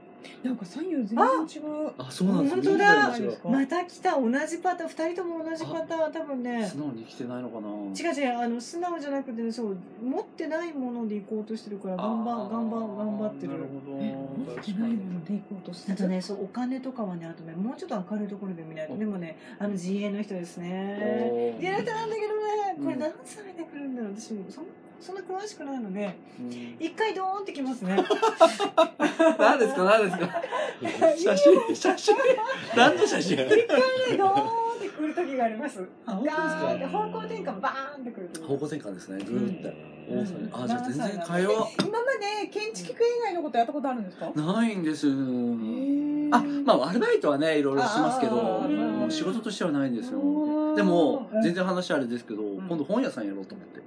[SPEAKER 3] なんか左右全然違う
[SPEAKER 2] あ、そうなんですね。
[SPEAKER 1] 本当だ
[SPEAKER 2] 見てないですよ
[SPEAKER 1] また来た、同じパターン、二人とも同じパターン、多分ね
[SPEAKER 2] 素。直に生きてないのかな。
[SPEAKER 1] 違う違う、あの素直じゃなくてね、そう、持ってないもので行こうとしてるから、頑張、頑張、頑張ってる
[SPEAKER 2] な。るほど。
[SPEAKER 3] 持ってないもので行こうとして
[SPEAKER 1] あと
[SPEAKER 3] る
[SPEAKER 1] ね、そう、お金とかはね、あとね、もうちょっと明るいところで見ないと、
[SPEAKER 2] お
[SPEAKER 1] でもね、あの自営の人ですね。
[SPEAKER 2] おー
[SPEAKER 1] 自営の人なんだけどね、これ
[SPEAKER 2] うん
[SPEAKER 1] 何されてくるんだろう、私も、そん、そんな詳しくないので、
[SPEAKER 2] うん
[SPEAKER 1] 一 回ドーンってきますね。
[SPEAKER 2] 何ですか何ですか写真写真何の写真
[SPEAKER 1] 一回ね、ドーンってくる時があります。
[SPEAKER 2] あ本
[SPEAKER 1] ガーンって方向転換バーンってくる時。
[SPEAKER 2] 方向転換ですねぐーって、
[SPEAKER 1] ん
[SPEAKER 2] 大阪にあじゃあ全然
[SPEAKER 1] 何歳
[SPEAKER 2] 会話
[SPEAKER 3] 今まで建築系以外のことやったことあるんですか
[SPEAKER 2] ないんですあ
[SPEAKER 3] あ
[SPEAKER 2] まあアルバイトはねいろいろしてますけど
[SPEAKER 3] あー
[SPEAKER 1] うん
[SPEAKER 2] うん仕事としてはないんですよ
[SPEAKER 3] うん
[SPEAKER 2] でも
[SPEAKER 1] うん
[SPEAKER 2] 全然話あれですけど
[SPEAKER 1] ん
[SPEAKER 2] 今度本屋さんやろうと思って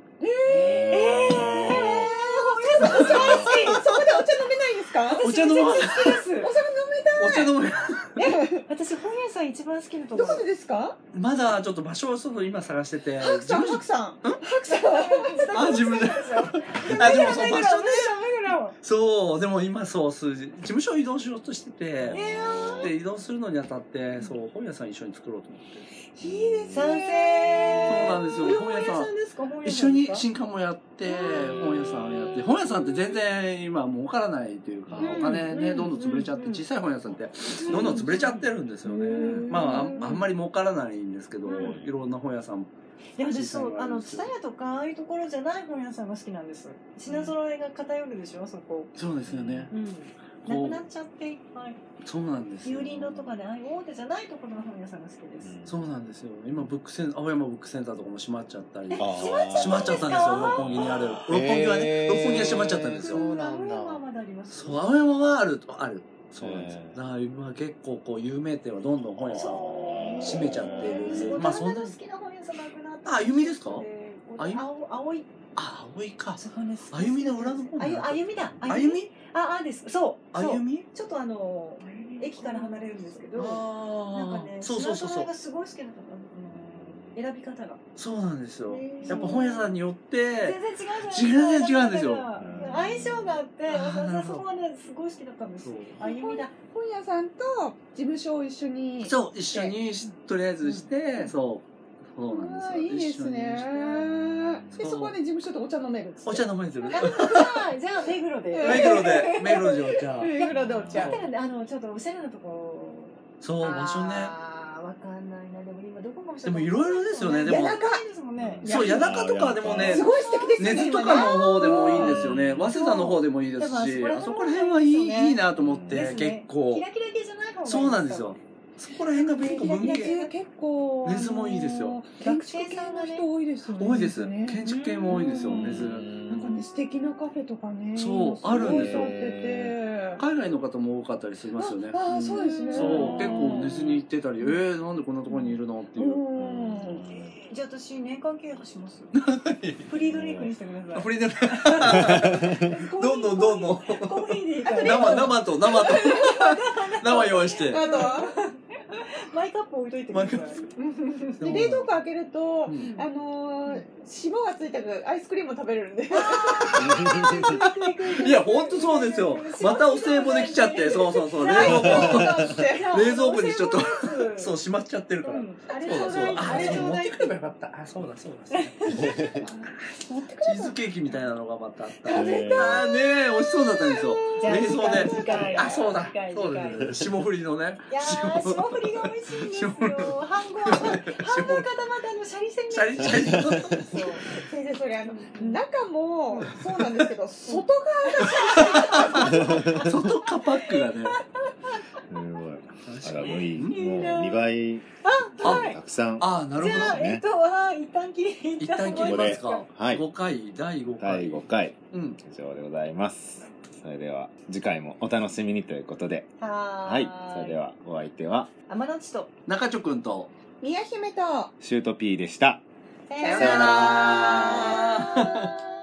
[SPEAKER 4] え
[SPEAKER 1] え
[SPEAKER 3] お茶大好きそこでお茶飲めないんですか
[SPEAKER 2] お茶飲ま
[SPEAKER 1] ー、好きです。
[SPEAKER 3] お茶飲めた
[SPEAKER 2] お茶飲む
[SPEAKER 1] 私本屋さん一番好きなとこ
[SPEAKER 3] ど
[SPEAKER 1] ろ
[SPEAKER 3] こ。でですか
[SPEAKER 2] まだちょっと場所をちょっと今探してて
[SPEAKER 3] ハクさんハクさんハクさん
[SPEAKER 2] あ自分であ
[SPEAKER 1] あ、
[SPEAKER 2] で
[SPEAKER 1] で
[SPEAKER 2] も
[SPEAKER 1] も
[SPEAKER 2] そ
[SPEAKER 1] そ
[SPEAKER 2] 場
[SPEAKER 1] うの
[SPEAKER 2] 所
[SPEAKER 1] 場所ね。
[SPEAKER 2] そうでも今そう数字事務所移動しようとしてて
[SPEAKER 1] えー
[SPEAKER 2] で移動するのにあたってそう本屋さん一緒に作ろうと思って
[SPEAKER 3] いいですね
[SPEAKER 1] 賛成。
[SPEAKER 2] そうなんですよ
[SPEAKER 1] これ本屋さんですか。本屋
[SPEAKER 2] 一
[SPEAKER 1] さ
[SPEAKER 2] 緒
[SPEAKER 1] んで
[SPEAKER 2] に
[SPEAKER 1] すか
[SPEAKER 2] 新刊もやって本屋さんやって本屋さんって全然今儲からないというか
[SPEAKER 1] うん
[SPEAKER 2] お金ね
[SPEAKER 1] うん
[SPEAKER 2] どんどん潰れちゃっ
[SPEAKER 1] う
[SPEAKER 2] て
[SPEAKER 1] ん
[SPEAKER 2] 小さい本屋さんってどんどん潰れちゃってるんですよね
[SPEAKER 1] うん
[SPEAKER 2] まああんあんまり儲からないんですけど
[SPEAKER 1] うん
[SPEAKER 2] いろんな本屋さん
[SPEAKER 1] いや私そうあの蔦屋とかああいうところじゃない本屋さんが好きなんです品揃えが偏るでしょそこ
[SPEAKER 2] そうですよね
[SPEAKER 1] うんな
[SPEAKER 2] こ
[SPEAKER 1] くなっ
[SPEAKER 2] う
[SPEAKER 1] ちゃっていっぱい
[SPEAKER 2] そうなんです
[SPEAKER 1] ビ
[SPEAKER 2] よ
[SPEAKER 1] オリンドとかでああいう大手じゃないところの本屋さんが好きです、
[SPEAKER 2] そうなんですよ今ブックセン青山ブックセンターとかも閉まっちゃったり
[SPEAKER 1] え
[SPEAKER 2] 閉
[SPEAKER 1] 閉まっちゃっ
[SPEAKER 2] まっちゃったん
[SPEAKER 1] た
[SPEAKER 2] ですよ六本木にある六本木はね
[SPEAKER 4] へー
[SPEAKER 2] 六本木は閉まっちゃったんですよ
[SPEAKER 4] そうなんだ
[SPEAKER 1] 青山はまだあります
[SPEAKER 2] そう青山はあるあるそうなんですよ
[SPEAKER 4] へー
[SPEAKER 2] だから今結構こう有名店はどんどん本屋さん閉めちゃってるま
[SPEAKER 1] ま
[SPEAKER 2] あ
[SPEAKER 1] あ
[SPEAKER 2] そ
[SPEAKER 1] そ
[SPEAKER 2] ん
[SPEAKER 1] ん
[SPEAKER 2] な
[SPEAKER 1] な好きな本屋さんなくなった
[SPEAKER 2] あゆみですかあ
[SPEAKER 1] あ
[SPEAKER 2] ゆ
[SPEAKER 1] ゆ
[SPEAKER 2] み
[SPEAKER 1] み青青い
[SPEAKER 2] あ葵か
[SPEAKER 1] そこです
[SPEAKER 2] あゆみの裏の方
[SPEAKER 1] あゆあゆみだ
[SPEAKER 2] あゆみ
[SPEAKER 1] ああですそう
[SPEAKER 2] あゆ
[SPEAKER 1] そう
[SPEAKER 2] み
[SPEAKER 1] ちょっとあの駅から離れるんですけ
[SPEAKER 2] あ
[SPEAKER 1] どなんか
[SPEAKER 2] ー
[SPEAKER 1] ね
[SPEAKER 2] そうそうそう
[SPEAKER 1] 品
[SPEAKER 2] そ
[SPEAKER 1] 揃え
[SPEAKER 2] う
[SPEAKER 1] がすごい好きなとこあの選び方が
[SPEAKER 2] そうなんですよ
[SPEAKER 1] へー
[SPEAKER 2] やっぱ本屋さんによって
[SPEAKER 1] 全然違うじゃないですか
[SPEAKER 2] 全然違うんですよ
[SPEAKER 1] だからの相性があって
[SPEAKER 2] あー
[SPEAKER 1] 私
[SPEAKER 2] な
[SPEAKER 1] は
[SPEAKER 2] るほ
[SPEAKER 1] そ
[SPEAKER 2] ど
[SPEAKER 1] こはねすごい好きだったんです
[SPEAKER 2] そう
[SPEAKER 1] 歩みだ
[SPEAKER 3] 本屋さんと事務所を一緒に
[SPEAKER 2] そう一緒にしとりあえずしてそうそうなんです
[SPEAKER 3] あ
[SPEAKER 2] よ
[SPEAKER 3] ーいいですね
[SPEAKER 2] 一緒にして
[SPEAKER 3] でそこで事務所とお茶飲めるっつって
[SPEAKER 2] お茶飲まれてる
[SPEAKER 1] あじゃあじゃあ目黒で
[SPEAKER 3] うん
[SPEAKER 2] 目黒で目黒でお茶
[SPEAKER 3] うんいくらでお
[SPEAKER 1] だ
[SPEAKER 3] 茶
[SPEAKER 1] ったらねあのちょっとおしゃれなとこ
[SPEAKER 2] そう場所ね
[SPEAKER 1] あーわかんないなでも今どこかもしれ
[SPEAKER 2] でも
[SPEAKER 1] ない
[SPEAKER 2] ろいろですよね
[SPEAKER 1] で
[SPEAKER 2] で
[SPEAKER 1] も
[SPEAKER 2] も
[SPEAKER 1] いですもんね
[SPEAKER 2] そう
[SPEAKER 3] いや
[SPEAKER 2] 谷中とかでもね
[SPEAKER 3] すごい素敵ですよ
[SPEAKER 2] 根
[SPEAKER 3] ね
[SPEAKER 2] 津と
[SPEAKER 3] 今ね
[SPEAKER 2] かの方でもいいんですよね早稲田の方でもいいです
[SPEAKER 1] そう
[SPEAKER 2] し
[SPEAKER 1] だから
[SPEAKER 2] あ
[SPEAKER 1] そ
[SPEAKER 2] そ
[SPEAKER 1] こ
[SPEAKER 2] こ
[SPEAKER 1] ら
[SPEAKER 2] ら
[SPEAKER 1] 辺
[SPEAKER 2] 辺
[SPEAKER 1] は
[SPEAKER 2] はいい
[SPEAKER 1] い
[SPEAKER 2] いいいなと思って
[SPEAKER 1] ですね
[SPEAKER 2] 結構
[SPEAKER 1] キラキラ系じゃない方がいい
[SPEAKER 2] そうなんですよそこら辺が文庫文
[SPEAKER 3] いやい
[SPEAKER 2] 系
[SPEAKER 3] や結構
[SPEAKER 2] 根津もいいですよ
[SPEAKER 3] あの建築系の人多いですよね
[SPEAKER 2] 多いです
[SPEAKER 3] ね
[SPEAKER 2] 建築系も多いんですよ
[SPEAKER 3] うん
[SPEAKER 2] 根津
[SPEAKER 3] なんかね素敵なカフェとかね
[SPEAKER 2] そう
[SPEAKER 3] すごい
[SPEAKER 2] あるんですよ
[SPEAKER 3] 座ってて
[SPEAKER 2] 海外の方も多かったりしますよね
[SPEAKER 3] ああそうですね
[SPEAKER 2] そう結構根津に行ってたりえーなんでこんなところにいるのっていう
[SPEAKER 3] うん
[SPEAKER 1] じゃあ私年間契約しますフリードリンクにしてください
[SPEAKER 2] フリー でどんどんどんどん
[SPEAKER 1] コーヒーでいいから
[SPEAKER 2] 生生と生と生用意して
[SPEAKER 3] あとは
[SPEAKER 1] マイカップ置いといてください
[SPEAKER 2] マイカッ
[SPEAKER 3] で冷蔵庫開けると、
[SPEAKER 2] うん
[SPEAKER 3] あのー、霜がついたアイスクリームを食べれるんで。
[SPEAKER 2] いや本当そうですよまたお歳暮で来ちゃってそうそうそう冷蔵庫 冷蔵庫にちょっとそう閉まっちゃってるから
[SPEAKER 1] あれ
[SPEAKER 2] そう
[SPEAKER 1] ち
[SPEAKER 2] だ
[SPEAKER 1] ょ
[SPEAKER 2] そ
[SPEAKER 1] うだいう
[SPEAKER 2] だ。
[SPEAKER 1] あ
[SPEAKER 2] あ、
[SPEAKER 1] れ
[SPEAKER 2] そう持
[SPEAKER 1] ちょう
[SPEAKER 2] っ
[SPEAKER 1] だい
[SPEAKER 2] てくればよかった。あ、そうだそうだ。 チーズケーキみたいなのがまたあった。あ
[SPEAKER 4] 食べた
[SPEAKER 2] ーねえ、美味しそうだったんですよ。冷蔵で。あ、そうだ
[SPEAKER 1] 次。回
[SPEAKER 2] そう
[SPEAKER 1] 次回
[SPEAKER 2] だ。霜降りのね。
[SPEAKER 1] いやー、 霜降りが美味しいんですよ。半合、半合固まったあのシャリセン
[SPEAKER 2] シャリシャリ。
[SPEAKER 1] リ。そう。
[SPEAKER 3] 先生、それ、あの、中も、そうなんですけど、外が。
[SPEAKER 2] 外カパックがね。
[SPEAKER 4] あらもういい
[SPEAKER 2] ん
[SPEAKER 4] もう2倍
[SPEAKER 1] あ、はい。
[SPEAKER 4] たくさん
[SPEAKER 2] あー、なる
[SPEAKER 1] じ
[SPEAKER 2] ほ
[SPEAKER 1] ゃあ、
[SPEAKER 4] ね
[SPEAKER 1] えっと、はい、一旦切り、
[SPEAKER 2] ど。一旦切りますか。
[SPEAKER 4] はい
[SPEAKER 2] 5回、第5回。
[SPEAKER 4] 第5回
[SPEAKER 2] うん。
[SPEAKER 4] 以上でございますそれでは次回もお楽しみにということで
[SPEAKER 1] は
[SPEAKER 4] は
[SPEAKER 1] ーい。
[SPEAKER 4] いそれで。はお相手は
[SPEAKER 1] 天のちと。
[SPEAKER 2] 中ちょくんと。
[SPEAKER 3] 宮姫と。
[SPEAKER 4] シュート P でした
[SPEAKER 1] さ
[SPEAKER 3] よ
[SPEAKER 2] なら
[SPEAKER 1] よなら